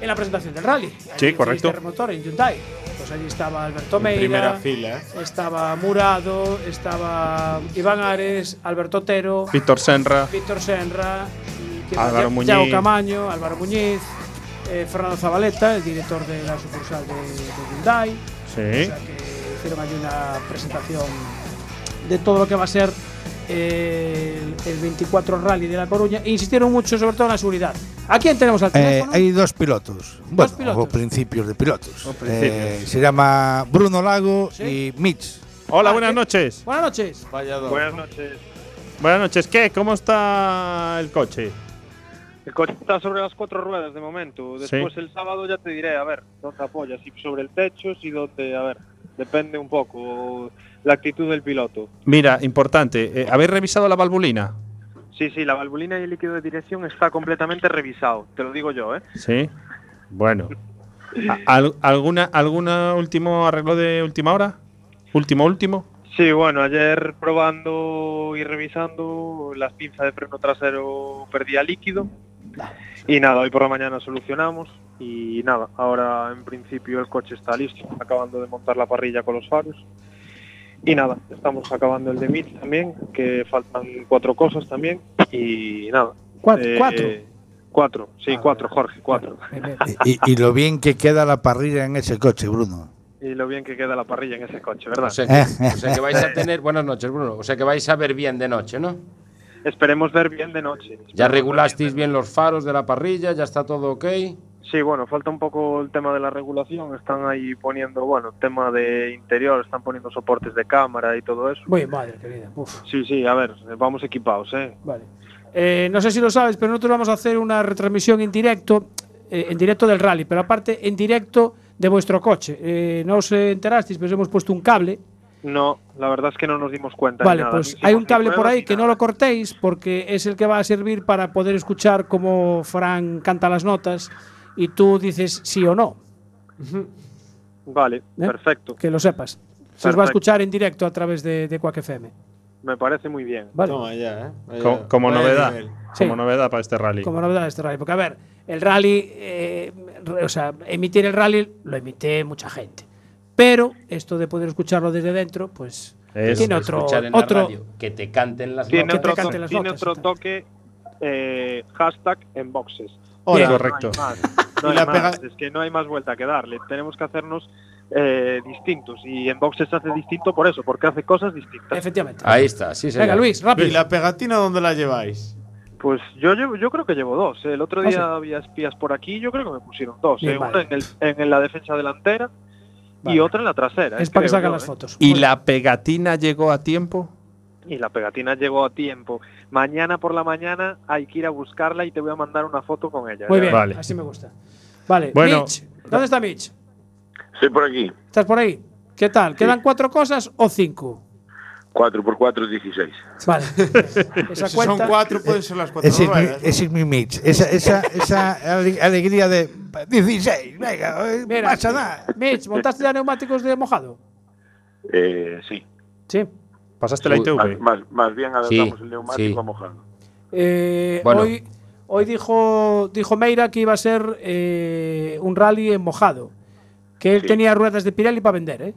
Speaker 1: en la presentación del rally. Allí
Speaker 5: correcto.
Speaker 1: en Terremotor, en Hyundai. Pues allí estaba Alberto
Speaker 14: En
Speaker 1: Meira.
Speaker 14: primera fila. ¿eh?
Speaker 1: Estaba Murado, estaba Iván Ares, Alberto Otero,
Speaker 5: Víctor Senra.
Speaker 1: Víctor Senra, y ¿quién más?
Speaker 5: Álvaro
Speaker 1: Ya- Yago
Speaker 5: Muñiz.
Speaker 1: Camaño, Álvaro Muñiz, eh, Fernando Zabaleta, el director de la sucursal de, de Hyundai. O
Speaker 5: Sí.
Speaker 1: sea que hicieron allí una presentación de todo lo que va a ser eh, el, el 24 Rally de La Coruña. E insistieron mucho sobre todo en la seguridad. ¿A quién tenemos al
Speaker 8: Eh,
Speaker 1: teléfono?
Speaker 8: hay dos pilotos. bueno, o principios de pilotos. Eh, se llama Bruno Lago y Mitch.
Speaker 5: Hola, buenas noches.
Speaker 1: Buenas noches.
Speaker 15: Buenas noches.
Speaker 5: Buenas noches, ¿qué? ¿Cómo está el coche?
Speaker 15: El coche está sobre las cuatro ruedas de momento. Después el sábado ya te diré, a ver, dónde apoyas, si sobre el techo, si dónde, a ver, depende un poco la actitud del piloto.
Speaker 5: Mira, importante, eh, ¿habéis revisado la valvulina?
Speaker 15: Sí, sí, la valvulina y el líquido de dirección está completamente revisado, te lo digo yo, ¿eh?
Speaker 5: Sí. Bueno. A- al- ¿Alguna alguna último arreglo de última hora? Último último.
Speaker 15: Sí, bueno, ayer probando y revisando las pinzas de freno trasero perdía líquido. Y nada, hoy por la mañana solucionamos y nada, ahora en principio el coche está listo, acabando de montar la parrilla con los faros. Y nada, estamos acabando el de MIT también, que faltan cuatro cosas también y nada. eh,
Speaker 1: ¿Cuatro? ¿Cuatro?
Speaker 15: Cuatro, sí, cuatro, Jorge, cuatro.
Speaker 8: Y, y lo bien que queda la parrilla en ese coche, Bruno.
Speaker 15: y lo bien que queda la parrilla en ese coche, ¿verdad?
Speaker 9: O sea, que, o sea que vais a tener. Buenas noches, Bruno. O sea que vais a ver bien de noche, ¿no?
Speaker 15: Esperemos ver bien de noche.
Speaker 9: Ya regulasteis bien los faros de la parrilla, ya está todo ok.
Speaker 15: Sí, bueno, falta un poco el tema de la regulación. Están ahí poniendo, bueno, tema de interior, están poniendo soportes de cámara y todo eso.
Speaker 1: Uy, madre querida. uf.
Speaker 15: Sí, sí, a ver, eh, vamos equipados, ¿eh?
Speaker 1: Vale. Eh, no sé si lo sabes, pero nosotros vamos a hacer una retransmisión en directo, eh, en directo del rally, pero aparte en directo de vuestro coche. Eh, no os eh, enterasteis, pero os hemos puesto un cable.
Speaker 15: No, la verdad es que no nos dimos cuenta. ni
Speaker 1: Vale,
Speaker 15: Pues nada,
Speaker 1: pues
Speaker 15: no
Speaker 1: hay
Speaker 15: hicimos
Speaker 1: un
Speaker 15: ni
Speaker 1: cable por
Speaker 15: pruebas
Speaker 1: ahí
Speaker 15: ni
Speaker 1: que
Speaker 15: nada.
Speaker 1: no lo cortéis porque es el que va a servir para poder escuchar cómo Fran canta las notas y tú dices sí o no, ¿Eh?
Speaker 15: Vale, perfecto.
Speaker 1: que lo sepas. Se os va a
Speaker 15: Perfecto.
Speaker 1: escuchar en directo a través de, de Quack FM.
Speaker 15: Me parece muy bien.
Speaker 1: Vale.
Speaker 15: Eh,
Speaker 5: Co- como novedad. Como
Speaker 1: Sí.
Speaker 5: novedad para este rally.
Speaker 1: Como novedad de este rally. Porque, a ver, el rally, eh, re- o sea, emitir el rally lo emite mucha gente. Pero esto de poder escucharlo desde dentro, pues
Speaker 5: Es-
Speaker 1: tiene otro,
Speaker 9: Escuchar en la
Speaker 1: otro,
Speaker 9: radio, que te canten las
Speaker 15: Tiene
Speaker 9: notas.
Speaker 15: otro, to- tiene otro toque, eh, hashtag en boxes.
Speaker 9: Hola.
Speaker 15: No hay
Speaker 9: Correcto.
Speaker 15: más, no
Speaker 9: Y
Speaker 15: hay
Speaker 9: la
Speaker 15: más, Es que no hay más vuelta que darle. Tenemos que hacernos eh, distintos. Y en boxes se hace distinto por eso, porque hace cosas distintas.
Speaker 1: Efectivamente.
Speaker 9: Ahí está, sí, señor.
Speaker 15: Venga, Luis, rápido.
Speaker 14: ¿Y la pegatina dónde la lleváis?
Speaker 15: Pues yo llevo- yo creo que llevo dos. eh. El otro
Speaker 14: Ah,
Speaker 15: día
Speaker 14: sí.
Speaker 15: había espías por aquí y yo creo que me pusieron dos.
Speaker 1: Bien,
Speaker 15: eh,
Speaker 1: vale.
Speaker 15: Una en, el- en- en la defensa delantera y
Speaker 1: Vale.
Speaker 15: otra en la trasera.
Speaker 1: Es
Speaker 15: eh,
Speaker 1: para que
Speaker 15: creo
Speaker 1: saquen
Speaker 15: yo,
Speaker 1: las
Speaker 15: eh.
Speaker 1: fotos.
Speaker 5: ¿Y la pegatina llegó a tiempo?
Speaker 15: Y la pegatina llegó a tiempo. Mañana por la mañana hay que ir a buscarla y te voy a mandar una foto con ella. ¿eh?
Speaker 1: Muy
Speaker 15: ya
Speaker 1: bien,
Speaker 15: verás.
Speaker 1: así me gusta. Vale,
Speaker 15: Bueno.
Speaker 1: Mitch, ¿dónde está Mitch?
Speaker 16: Estoy por aquí.
Speaker 1: ¿Estás por ahí? ¿Qué tal? ¿Quedan cuatro cosas o cinco?
Speaker 16: 4 por 4 16.
Speaker 1: Vale. Esa
Speaker 14: Si son
Speaker 1: cuenta-
Speaker 14: cuatro, pueden
Speaker 8: pues,
Speaker 14: ser las cuatro
Speaker 8: Ese es, mi,
Speaker 14: ruedas.
Speaker 16: ¿eh?
Speaker 8: ese es mi Mitch. Esa, esa, esa ale- alegría de 16, venga, eh,
Speaker 1: Mira,
Speaker 8: pasa nada.
Speaker 1: Mitch, ¿montaste ya neumáticos de mojado?
Speaker 16: Eh, sí.
Speaker 1: Sí.
Speaker 5: ¿Pasaste la ITV?
Speaker 16: Más, más- más bien adaptamos
Speaker 5: Sí,
Speaker 16: el neumático
Speaker 5: sí.
Speaker 16: a mojado.
Speaker 1: Eh,
Speaker 5: Bueno.
Speaker 1: Hoy, hoy dijo, dijo Meira que iba a ser eh, un rally en mojado. Que él
Speaker 16: Sí.
Speaker 1: tenía ruedas de Pirelli para vender, ¿eh?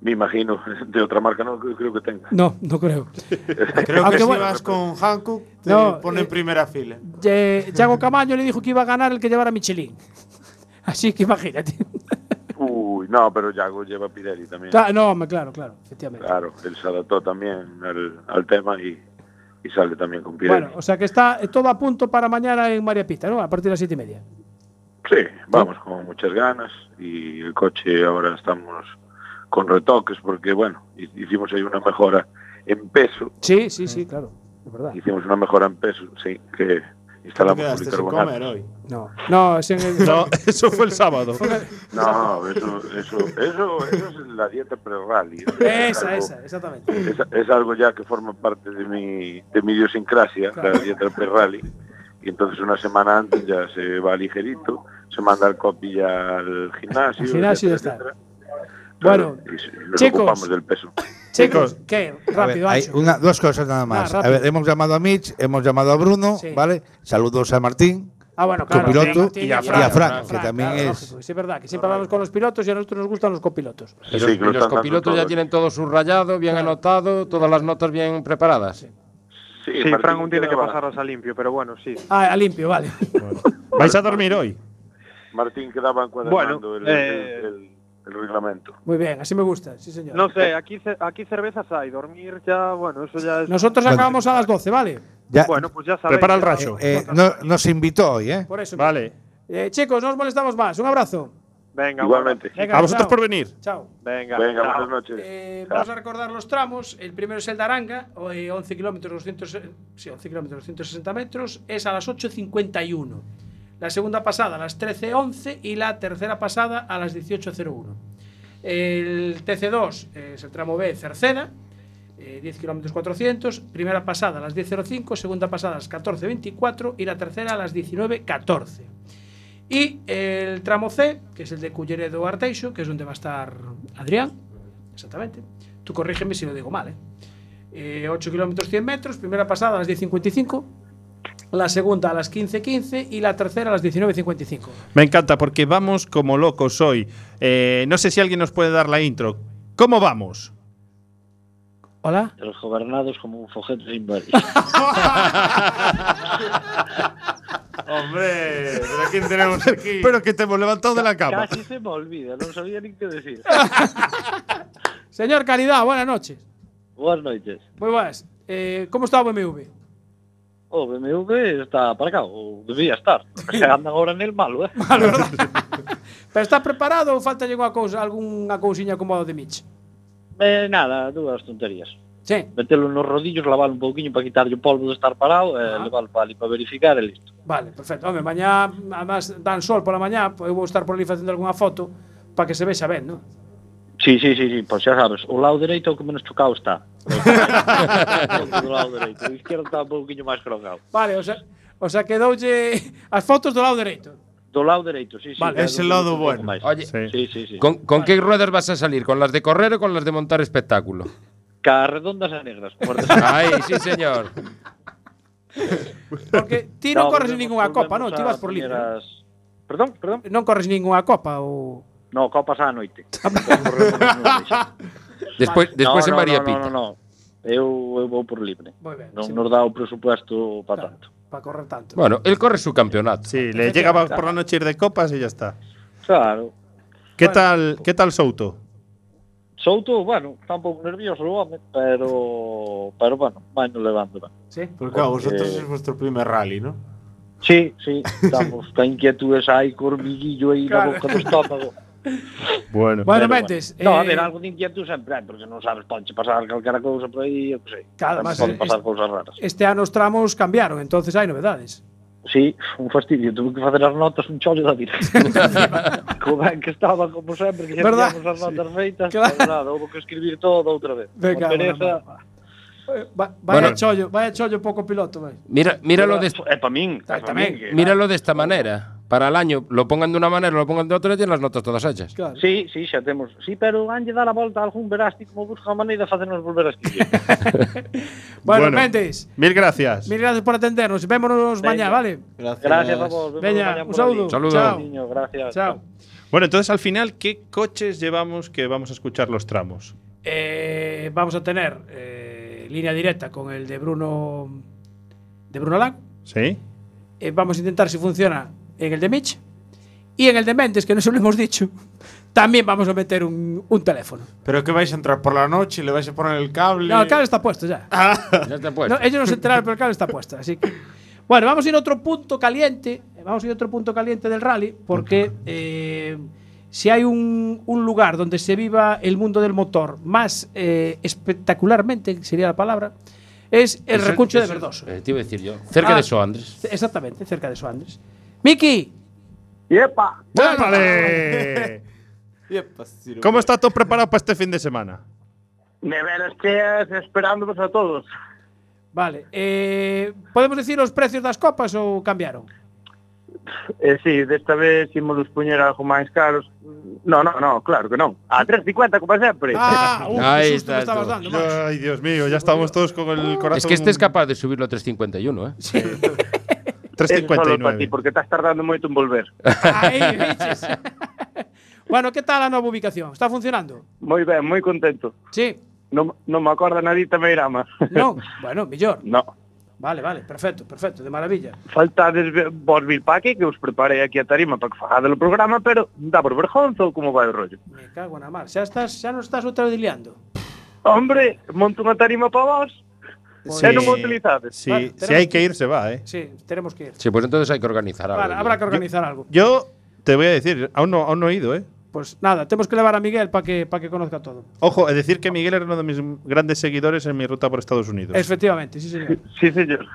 Speaker 16: Me imagino, de otra marca no creo- creo que tenga.
Speaker 1: No, no creo.
Speaker 8: Ah,
Speaker 14: Creo
Speaker 1: Aunque
Speaker 14: que si
Speaker 1: bueno-
Speaker 14: vas con Hankook, te
Speaker 1: No,
Speaker 14: pone
Speaker 1: eh,
Speaker 14: en primera fila.
Speaker 1: Eh, Yago Camaño le dijo que iba a ganar el que llevara Michelin. Así que imagínate.
Speaker 16: Uy, no, pero Yago lleva Pirelli también.
Speaker 1: Cla- No, hombre, claro, claro, efectivamente.
Speaker 16: Claro, él se adaptó también al, al tema y, y sale también con Pirelli.
Speaker 1: Bueno, o sea que está eh, todo a punto para mañana en María Pita, ¿no? A partir de las siete y media.
Speaker 16: Sí, vamos con muchas ganas y el coche ahora estamos con retoques porque, bueno, hi- hicimos ahí una mejora en peso.
Speaker 1: Sí, sí, sí, claro. Es verdad.
Speaker 16: Hicimos una mejora en peso, sí, que instalamos
Speaker 1: quedaste sin
Speaker 16: policarbonato.
Speaker 1: comer hoy? No. No, es en el-
Speaker 5: No, eso fue el sábado.
Speaker 16: No, eso, eso, eso, eso es la dieta pre-rally. Eso es
Speaker 1: Esa,
Speaker 16: algo-
Speaker 1: esa, exactamente.
Speaker 16: Es, es algo ya que forma parte de mi, de mi idiosincrasia, la dieta pre-rally. Y entonces una semana antes ya se va ligerito, se manda el copy ya al gimnasio.
Speaker 1: Al gimnasio ya
Speaker 16: etcétera,
Speaker 1: está.
Speaker 16: etcétera.
Speaker 1: Bueno,
Speaker 16: Y se- nos
Speaker 1: chicos.
Speaker 16: ocupamos del peso.
Speaker 1: Chicos, ¿qué?
Speaker 8: A ver,
Speaker 1: Rápido,
Speaker 8: hay
Speaker 1: Ancho.
Speaker 8: una, dos cosas nada más.
Speaker 1: Ah,
Speaker 8: a
Speaker 1: rápido.
Speaker 8: ver, hemos llamado a Mitch, hemos llamado a Bruno,
Speaker 1: Sí.
Speaker 8: ¿vale? Saludos a Martín,
Speaker 1: Ah, bueno,
Speaker 8: tu
Speaker 1: claro.
Speaker 8: piloto,
Speaker 1: Martín
Speaker 8: y a Frank, que también
Speaker 1: claro,
Speaker 8: es.
Speaker 1: lógico, sí, es verdad, que siempre hablamos con los pilotos y a nosotros nos gustan los copilotos.
Speaker 3: Y los, y los copilotos ya tienen todo subrayado, bien anotado, todas las notas bien preparadas.
Speaker 16: Sí,
Speaker 15: Sí,
Speaker 3: Martín,
Speaker 15: Fran aún tiene que
Speaker 16: quedaba-
Speaker 15: pasarlas a limpio, pero bueno, sí.
Speaker 1: Ah, a limpio, vale.
Speaker 5: ¿Vais a dormir hoy?
Speaker 16: Martín quedaba encuadernando
Speaker 15: Bueno,
Speaker 16: el,
Speaker 15: eh,
Speaker 16: el- el- el reglamento.
Speaker 1: Muy bien, así me gusta, sí, señor.
Speaker 15: No sé, aquí, ce- aquí cervezas hay, dormir ya, bueno, eso ya es.
Speaker 1: Nosotros acabamos a las 12, ¿vale?
Speaker 8: Ya-
Speaker 15: Bueno, pues ya sabéis.
Speaker 8: Prepara
Speaker 1: el racho.
Speaker 8: Eh, eh, no- nos invitó hoy, ¿eh?
Speaker 1: Por eso.
Speaker 5: Vale.
Speaker 1: Eh, chicos, no os molestamos más. Un abrazo.
Speaker 15: Venga,
Speaker 16: Igualmente.
Speaker 1: Venga, A vosotros chao. por venir. Chao.
Speaker 15: Venga,
Speaker 16: Venga,
Speaker 15: chao.
Speaker 16: buenas noches.
Speaker 1: Eh, vamos a recordar los tramos. El primero es el de Aranga, o, eh, 11 kilómetros 200 eh, sí, 11 kilómetros 260 metros, es a las 8.51. La segunda pasada a las 13.11 y la tercera pasada a las 18.01. El TC2 eh, es el tramo B, Cerceda, eh, 10 kilómetros 400, primera pasada a las 10.05, segunda pasada a las 14.24 y la tercera a las 19.14. Y el tramo C, que es el de Culleredo Arteixo, que es donde va a estar Adrián, exactamente. Tú corrígeme si lo digo mal, ¿eh? Eh, 8 kilómetros 100 metros, primera pasada a las 10.55, la segunda a las 15.15 y la tercera a las 19.55.
Speaker 5: Me encanta porque vamos como locos hoy. Eh, no sé si alguien nos puede dar la intro. ¿Cómo vamos?
Speaker 1: Hola.
Speaker 17: Los gobernados como un foguete sin balas.
Speaker 14: Hombre, pero ¿quién tenemos aquí?
Speaker 5: Pero que te hemos levantado de la cama.
Speaker 17: Casi se me olvida, no sabía ni qué decir.
Speaker 1: Señor Calidad, buenas noches.
Speaker 17: Buenas noches.
Speaker 1: Muy buenas. Eh, ¿Cómo está BMW?
Speaker 17: O BMW está aparcado, o debía estar. Andan ahora en el malo, eh.
Speaker 1: Pero está preparado ou falta algunha cousa, algunha cousiña como a do de Mitch?
Speaker 17: Eh, nada, dúas tonterías.
Speaker 1: Sí.
Speaker 17: Metelo nos rodillos, lavalo un pouquiño para quitarlle o polvo de estar parado, e levalo para ali para verificar e listo.
Speaker 1: Vale, perfecto. Home, mañá, además, dan sol pola mañá, pois eu vou estar por ali facendo algunha foto para que se vexa ben, non?
Speaker 17: Sí, sí, sí, sí, pois xa sabes, o lado dereito é o que menos chocado está. o lado dereito, o izquierdo está un pouquiño máis crongado.
Speaker 1: Vale, o sea, o sea que doulle as fotos do lado dereito.
Speaker 17: Do lado dereito, sí, sí.
Speaker 1: Vale.
Speaker 17: é
Speaker 1: Ese
Speaker 17: do-
Speaker 1: lado
Speaker 17: un pouco
Speaker 1: bueno.
Speaker 17: máis.
Speaker 3: Oye,
Speaker 17: sí, sí, sí.
Speaker 3: ¿Con, con qué ruedas vas a salir? ¿Con las de correr o con las de montar espectáculo?
Speaker 17: Ca redondas e negras. muertas.
Speaker 9: Ah,
Speaker 3: Ay, sí, señor.
Speaker 1: Porque ti non
Speaker 17: No,
Speaker 1: corres
Speaker 17: volvemos-
Speaker 1: ningunha copa, non?
Speaker 17: volvemos
Speaker 1: Ti
Speaker 17: a
Speaker 1: vas por libre.
Speaker 17: primeras- Perdón, perdón.
Speaker 1: Non corres ningunha copa ou
Speaker 17: No, copas á noite.
Speaker 3: Despois- despois
Speaker 17: no,
Speaker 3: en María
Speaker 17: no,
Speaker 3: Pita.
Speaker 17: No, no, no. Eu, eu vou por libre.
Speaker 1: Moi ben,
Speaker 17: non
Speaker 1: sí.
Speaker 17: nos dá o presupuesto para tanto.
Speaker 1: para correr tanto.
Speaker 3: Bueno, él corre su campeonato.
Speaker 5: Sí, le llegaba por la noche ir de copas y ya está.
Speaker 17: Claro.
Speaker 5: ¿Qué tal, qué tal Souto?
Speaker 17: Souto, bueno, está un pouco nervioso o home, pero pero bueno, vai no levando. Ben. eh,
Speaker 1: Sí.
Speaker 17: Porque
Speaker 14: Porque a vosotros
Speaker 16: Eh,
Speaker 14: es vuestro primer rally, ¿no?
Speaker 17: Sí, sí, estamos ca inquietudes aí, cormiguillo aí
Speaker 1: Claro.
Speaker 17: na boca do estómago.
Speaker 5: Bueno,
Speaker 1: Bueno, Mendes,
Speaker 17: No, a
Speaker 1: eh,
Speaker 17: ver, algo de inquietud sempre hai, porque non sabes, ponche pasar calquera cousa por aí, eu que sei.
Speaker 1: Claro,
Speaker 17: Sempre
Speaker 1: además,
Speaker 17: poden
Speaker 1: eh,
Speaker 17: pasar cousas raras.
Speaker 1: Este ano os tramos cambiaron, entonces hai novedades.
Speaker 17: Sí, un fastidio, tuve que facer as notas un chollo da vida. como ben que estaba, como sempre, que xa
Speaker 1: Verdad,
Speaker 17: tiñamos as notas
Speaker 1: sí.
Speaker 17: feitas,
Speaker 1: Claro.
Speaker 17: claro. nada, houve que escribir todo outra vez.
Speaker 1: Venga,
Speaker 17: Con pereza,
Speaker 1: Eh, Va,
Speaker 3: Bueno.
Speaker 1: vaya chollo, vaya chollo pouco piloto, vai.
Speaker 3: Mira, míralo de,
Speaker 17: É para eh, min.
Speaker 1: Tamén.
Speaker 3: míralo de esta manera. Para el año lo pongan de una manera, lo pongan de otra, tienen las notas todas hechas.
Speaker 17: Sí, sí, xa temos. Sí, pero vanlle dar a volta a algún verás ti como busca a maneira de facernos volver a escribir.
Speaker 1: Bueno, Mendes.
Speaker 5: Mil gracias.
Speaker 1: Mil gracias por atendernos. Vémonos mañá,
Speaker 17: Veña.
Speaker 1: vale?
Speaker 17: Gracias. Gracias a vos. Vemos
Speaker 1: Veña,
Speaker 17: mañá
Speaker 1: un
Speaker 17: por
Speaker 1: saludo.
Speaker 17: ali.
Speaker 5: Saludo. Chao.
Speaker 17: Niño, gracias.
Speaker 1: Chao.
Speaker 5: Bueno, entonces al final, ¿qué coches llevamos que vamos a escuchar los tramos?
Speaker 1: Eh, vamos a tener eh, línea directa con el de Bruno de Bruno Lag.
Speaker 5: ¿Sí?
Speaker 1: Eh, vamos a intentar si funciona en el de Mitch. Y en el de Mendes, que no se lo hemos dicho, también vamos a meter un, un teléfono.
Speaker 14: Pero que vais a entrar por la noche y le vais a poner el cable.
Speaker 1: No, el cable está puesto ya.
Speaker 14: ya está
Speaker 1: No, ellos no se enteraron, pero el cable está puesto. Así que. Bueno, vamos a ir a otro punto caliente. eh, Vamos a ir a otro punto caliente del rally, porque eh, si hay un, un lugar donde se viva el mundo del motor más eh, espectacularmente, sería la palabra, es el
Speaker 18: Eso-
Speaker 1: recuncho de
Speaker 18: eso-
Speaker 1: Verdoso.
Speaker 18: eh, te iba a decir yo. Cerca
Speaker 1: Ah.
Speaker 18: de eso, Andrés.
Speaker 1: C- Exactamente, cerca de Soandres. ¡Miki!
Speaker 16: ¡Yepa!
Speaker 5: ¡Épale! ¿Cómo está todo preparado para este fin de semana?
Speaker 16: Me estés esperándonos a todos.
Speaker 1: Vale. eh, ¿Podemos decir los precios das copas ou cambiaron?
Speaker 19: Eh, sí, desta vez ímonos poñer algo máis caros. No, no, no, claro que non. A 3.50 como sempre.
Speaker 1: Ah,
Speaker 18: uf, Ahí qué susto está me estabas todo. dando,
Speaker 5: Ay, Dios mío, ya estamos todos con el
Speaker 18: Es
Speaker 5: corazón.
Speaker 18: que este es capaz de subirlo a 3.51, ¿eh? Sí.
Speaker 19: solo para ti, porque estás tardando moito en volver.
Speaker 1: Aí, biches. bueno, que tal a nova ubicación? Está funcionando?
Speaker 19: Moi ben, moi contento.
Speaker 1: Sí.
Speaker 19: Non, non me acorda nadita Meirama.
Speaker 1: Non, bueno, mellor.
Speaker 19: No.
Speaker 1: Vale, vale, perfecto, perfecto, de maravilla.
Speaker 19: Faltades ve- vos vir pa aquí, que os preparei aquí a tarima para que fagade o programa, pero dá por vergonza ou como vai o rollo?
Speaker 1: Me cago na mar. Xa estás, xa non estás outra vez liando.
Speaker 19: Hombre, monto unha tarima para vos,
Speaker 1: Pois-
Speaker 19: sí. e non o utilizades.
Speaker 5: Sí,
Speaker 1: Vale,
Speaker 5: si
Speaker 1: tenemos
Speaker 5: hay que ir, se va, ¿eh?
Speaker 1: Sí, tenemos que ir.
Speaker 18: Sí, pues entonces hay que organizar algo.
Speaker 1: Vale, habrá que organizar algo.
Speaker 5: Yo te voy a decir, aún no, aún no he ido, ¿eh?
Speaker 1: Pues nada, tenemos que levar a Miguel para que, pa que conozca todo.
Speaker 5: Ojo, es decir que Miguel era uno de mis grandes seguidores en mi ruta por Estados Unidos.
Speaker 1: Efectivamente, sí, señor.
Speaker 19: Sí, señor.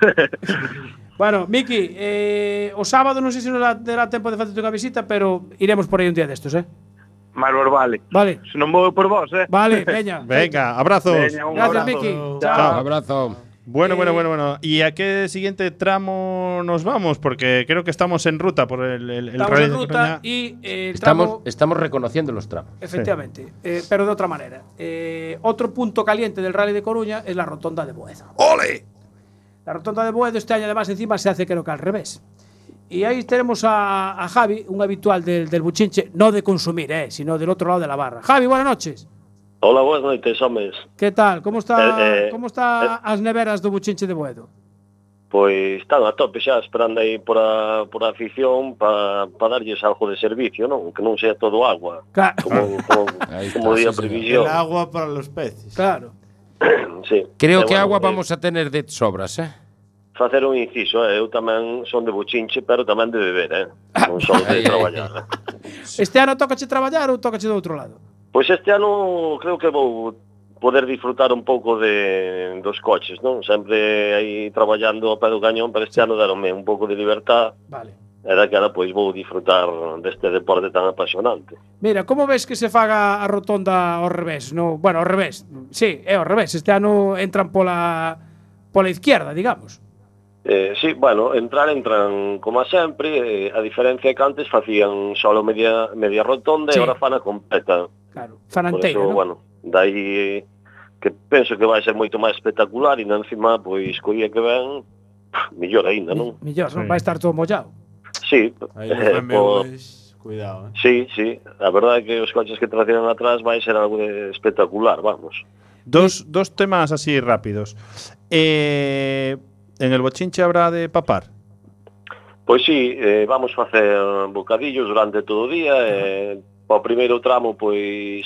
Speaker 1: Bueno, Miki, eh, o sábado non sei se nos dá- terá tempo de facer unha visita, pero iremos por aí un día destos, eh?
Speaker 19: Mas vos vale.
Speaker 1: Vale.
Speaker 19: Se non vou por vos, eh.
Speaker 1: Vale, veña.
Speaker 5: Venga, abrazos.
Speaker 19: Veña, un
Speaker 1: Gracias,
Speaker 19: abrazo.
Speaker 1: Miki.
Speaker 5: Chao.
Speaker 18: Abrazo.
Speaker 5: Bueno,
Speaker 1: Eh,
Speaker 5: bueno, bueno, bueno. ¿Y a qué siguiente tramo nos vamos? Porque creo que estamos en ruta por el, el, el
Speaker 1: Estamos
Speaker 5: Rally
Speaker 1: en
Speaker 5: de
Speaker 1: ruta
Speaker 5: Cataluña.
Speaker 1: y eh, el
Speaker 18: Estamos,
Speaker 1: tramo-
Speaker 18: estamos reconociendo los tramos.
Speaker 1: Efectivamente, eh, pero de otra manera. Eh, otro punto caliente del Rally de Coruña es la rotonda de Boedo.
Speaker 16: ¡Ole!
Speaker 1: La rotonda de Boedo este año además encima se hace creo que al revés. Y ahí tenemos a, a Javi, un habitual del, del buchinche, no de consumir, eh, sino del otro lado de la barra. Javi, buenas noches.
Speaker 20: Hola, buenas noites, homes.
Speaker 1: ¿Qué tal? ¿Cómo está,
Speaker 20: Eh, eh,
Speaker 1: como está as neveras do buchinche de Boedo?
Speaker 20: Pois están a tope xa esperando aí por a, por a afición para pa darlles algo de servicio, non? Que non sea todo agua,
Speaker 1: Ca-
Speaker 20: como, como, como
Speaker 18: Ah. sí,
Speaker 20: di a
Speaker 18: señor.
Speaker 20: previsión.
Speaker 18: El
Speaker 14: agua para los peces.
Speaker 1: Claro.
Speaker 20: Sí.
Speaker 18: Creo
Speaker 20: Eh,
Speaker 18: que
Speaker 20: bueno,
Speaker 18: agua
Speaker 20: eh,
Speaker 18: vamos a tener de sobras, ¿eh?
Speaker 20: Facer un inciso, eh? eu tamén son de buchinche, pero tamén de beber, eh?
Speaker 18: Ah,
Speaker 20: Non son de traballar. eh.
Speaker 1: Este ano tocache traballar ou tocache do outro lado?
Speaker 20: Pois este ano creo que vou poder disfrutar un pouco de, dos coches, non? Sempre aí traballando ao pé do cañón, pero este ano daronme un pouco de libertad.
Speaker 1: Vale.
Speaker 20: E daquela pois vou disfrutar deste deporte tan apasionante.
Speaker 1: Mira, como ves que se faga a rotonda ao revés? No, bueno, ao revés. Sí, é ao revés. Este ano entran pola pola izquierda, digamos.
Speaker 20: Eh, sí, bueno, entrar entran como a sempre, eh, a diferencia é que antes facían solo media media rotonda
Speaker 1: Sí.
Speaker 20: sí. e agora fan a completa.
Speaker 1: Claro,
Speaker 20: Por
Speaker 1: fananteira,
Speaker 20: eso,
Speaker 1: ¿no?
Speaker 20: bueno, dai eh, que penso que vai ser moito máis espectacular e na encima pois coía que ven pff, mellor aínda, non?
Speaker 1: Millor, non vai estar todo mollado.
Speaker 20: Sí,
Speaker 14: Aí los
Speaker 20: eh, po-
Speaker 14: BMWs, cuidado, eh.
Speaker 20: Sí, sí, a verdade é que os coches que tracionan atrás vai ser algo de espectacular, vamos.
Speaker 5: Dos, dos temas así rápidos. Eh, en el bochinche habrá de papar.
Speaker 20: Pois sí, eh, vamos facer bocadillos durante todo o día, eh, para o primeiro tramo, pois,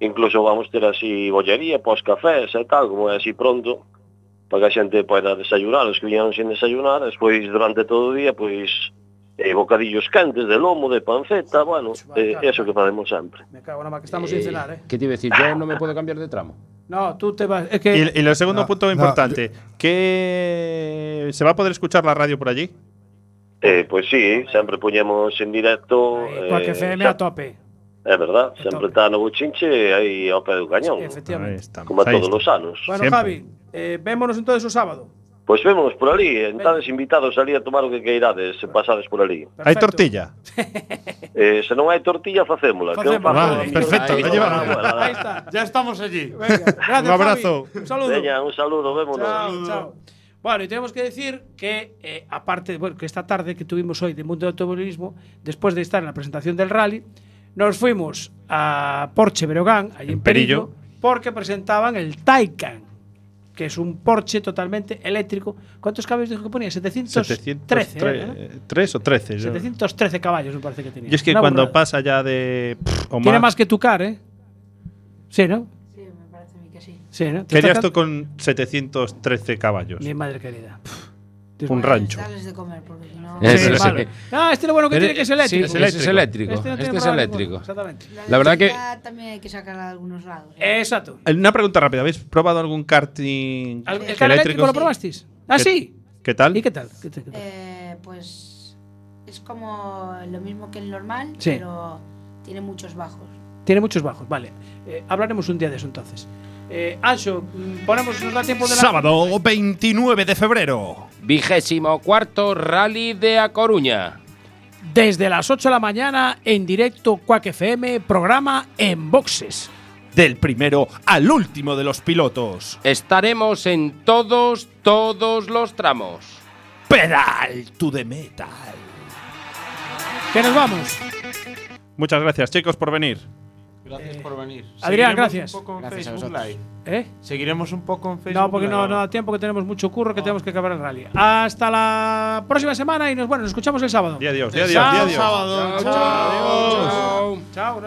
Speaker 20: incluso vamos ter así bollería, pós cafés e tal, como é así pronto, para que a xente poida desayunar, os que viñan sin desayunar, despois durante todo o día, pois, eh, bocadillos quentes de lomo, de panceta, bueno, eh, eso que facemos sempre.
Speaker 1: Me cago na má que estamos
Speaker 18: Eh,
Speaker 1: sin cenar, eh.
Speaker 18: ¿Qué te iba a decir? Yo no me puedo cambiar de tramo.
Speaker 1: No, tú te vas, es que
Speaker 5: Y, y el segundo punto
Speaker 1: no,
Speaker 5: importante, que se va a poder escuchar la radio por allí.
Speaker 20: Eh, pois sí, sempre puñemos en directo... Eh,
Speaker 1: Coac FM a tope.
Speaker 20: É verdad, sempre está no buchinche e aí ao pé do cañón.
Speaker 1: Efectivamente.
Speaker 20: Como a
Speaker 1: ahí
Speaker 20: todos os anos.
Speaker 1: Bueno, Javi, eh, vémonos entonces o sábado.
Speaker 20: Pois vémonos por ali, entades invitados ali a tomar o que queirades, se pasades por ali.
Speaker 5: Hay tortilla.
Speaker 20: Eh, se non hai tortilla, facémola. que eu
Speaker 5: Facémola.
Speaker 20: fago
Speaker 5: Vale,
Speaker 20: aquí.
Speaker 5: perfecto,
Speaker 20: Aí,
Speaker 5: ya llevamos.
Speaker 20: bueno, nada.
Speaker 14: Ya estamos allí.
Speaker 1: Gracias, Javi. Un saludo.
Speaker 20: Veña, un saludo, vémonos.
Speaker 1: Chao, chao. Bueno, y tenemos que decir que, eh, aparte, bueno, que esta tarde que tuvimos hoy de Mundo del Automovilismo, después de estar en la presentación del rally, nos fuimos a Porsche Berogán, allí en,
Speaker 5: Perillo.
Speaker 1: Perillo, porque presentaban el Taycan. que es un Porsche totalmente eléctrico. ¿Cuántos caballos dijo que ponía? 713.
Speaker 5: 713,
Speaker 1: ¿eh?
Speaker 5: ¿Tres o 13?
Speaker 1: 713 caballos me parece que tenía.
Speaker 5: Y es que
Speaker 1: Una
Speaker 5: cuando
Speaker 1: burrada.
Speaker 5: pasa ya de. pff, o
Speaker 1: Tiene más
Speaker 5: más-
Speaker 1: que tu car, ¿eh? Sí, ¿no? Sí, me parece a mí que sí. Sí, ¿no? ¿Te
Speaker 5: Querías
Speaker 1: está
Speaker 5: tú con 713 caballos.
Speaker 1: Mi madre querida.
Speaker 5: Un rancho.
Speaker 11: Dales de comer, porque si no.
Speaker 5: Eso sí.
Speaker 1: malo. Ah, este es lo bueno que
Speaker 18: Pero-
Speaker 1: tiene que es eléctrico.
Speaker 18: sí, ese es eléctrico.
Speaker 1: Este no tiene
Speaker 18: Este es
Speaker 1: problema
Speaker 18: eléctrico.
Speaker 1: ninguno, Exactamente. Eh,
Speaker 18: La verdad que-
Speaker 11: Ah, También hay que sacarla de algunos lados. ¿eh?
Speaker 1: Exacto.
Speaker 5: Eh, Una pregunta rápida. ¿Habéis probado algún karting
Speaker 1: ¿El el car eléctrico lo probasteis? Ah,
Speaker 5: ¿Qué-
Speaker 1: sí.
Speaker 5: ¿Qué tal?
Speaker 1: ¿Y qué tal? ¿Qué tal?
Speaker 11: Eh, pues es como lo mismo que el normal,
Speaker 1: Sí.
Speaker 11: pero tiene muchos bajos.
Speaker 1: Tiene muchos bajos, vale. Eh, hablaremos un día de eso entonces. Eh, Ancho, mm, ponemos, nos da tiempo de la.
Speaker 2: Sábado 29 de febrero.
Speaker 18: Vigésimo cuarto Rally de A Coruña.
Speaker 1: Desde las 8 de la mañana, en directo, Quack FM, programa en boxes.
Speaker 2: Del primero al último de los pilotos.
Speaker 18: Estaremos en todos, todos los tramos.
Speaker 2: Pedal to the metal.
Speaker 1: Que nos vamos.
Speaker 5: Muchas gracias, chicos, por venir.
Speaker 14: Gracias por venir.
Speaker 1: Adrián,
Speaker 14: Seguiremos
Speaker 1: gracias.
Speaker 14: Un poco en
Speaker 1: Gracias a
Speaker 14: Facebook
Speaker 1: vosotros.
Speaker 14: Live.
Speaker 1: ¿Eh?
Speaker 14: Seguiremos un poco en Facebook
Speaker 1: No, porque no,
Speaker 14: Live.
Speaker 1: no da tiempo que tenemos mucho curro que tenemos que acabar el rally. Hasta la próxima semana y nos bueno, nos escuchamos el sábado.
Speaker 5: Di adiós, di
Speaker 1: Chao,
Speaker 5: adiós, di adiós.
Speaker 1: sábado. Chao.
Speaker 14: Chao.
Speaker 1: Chao.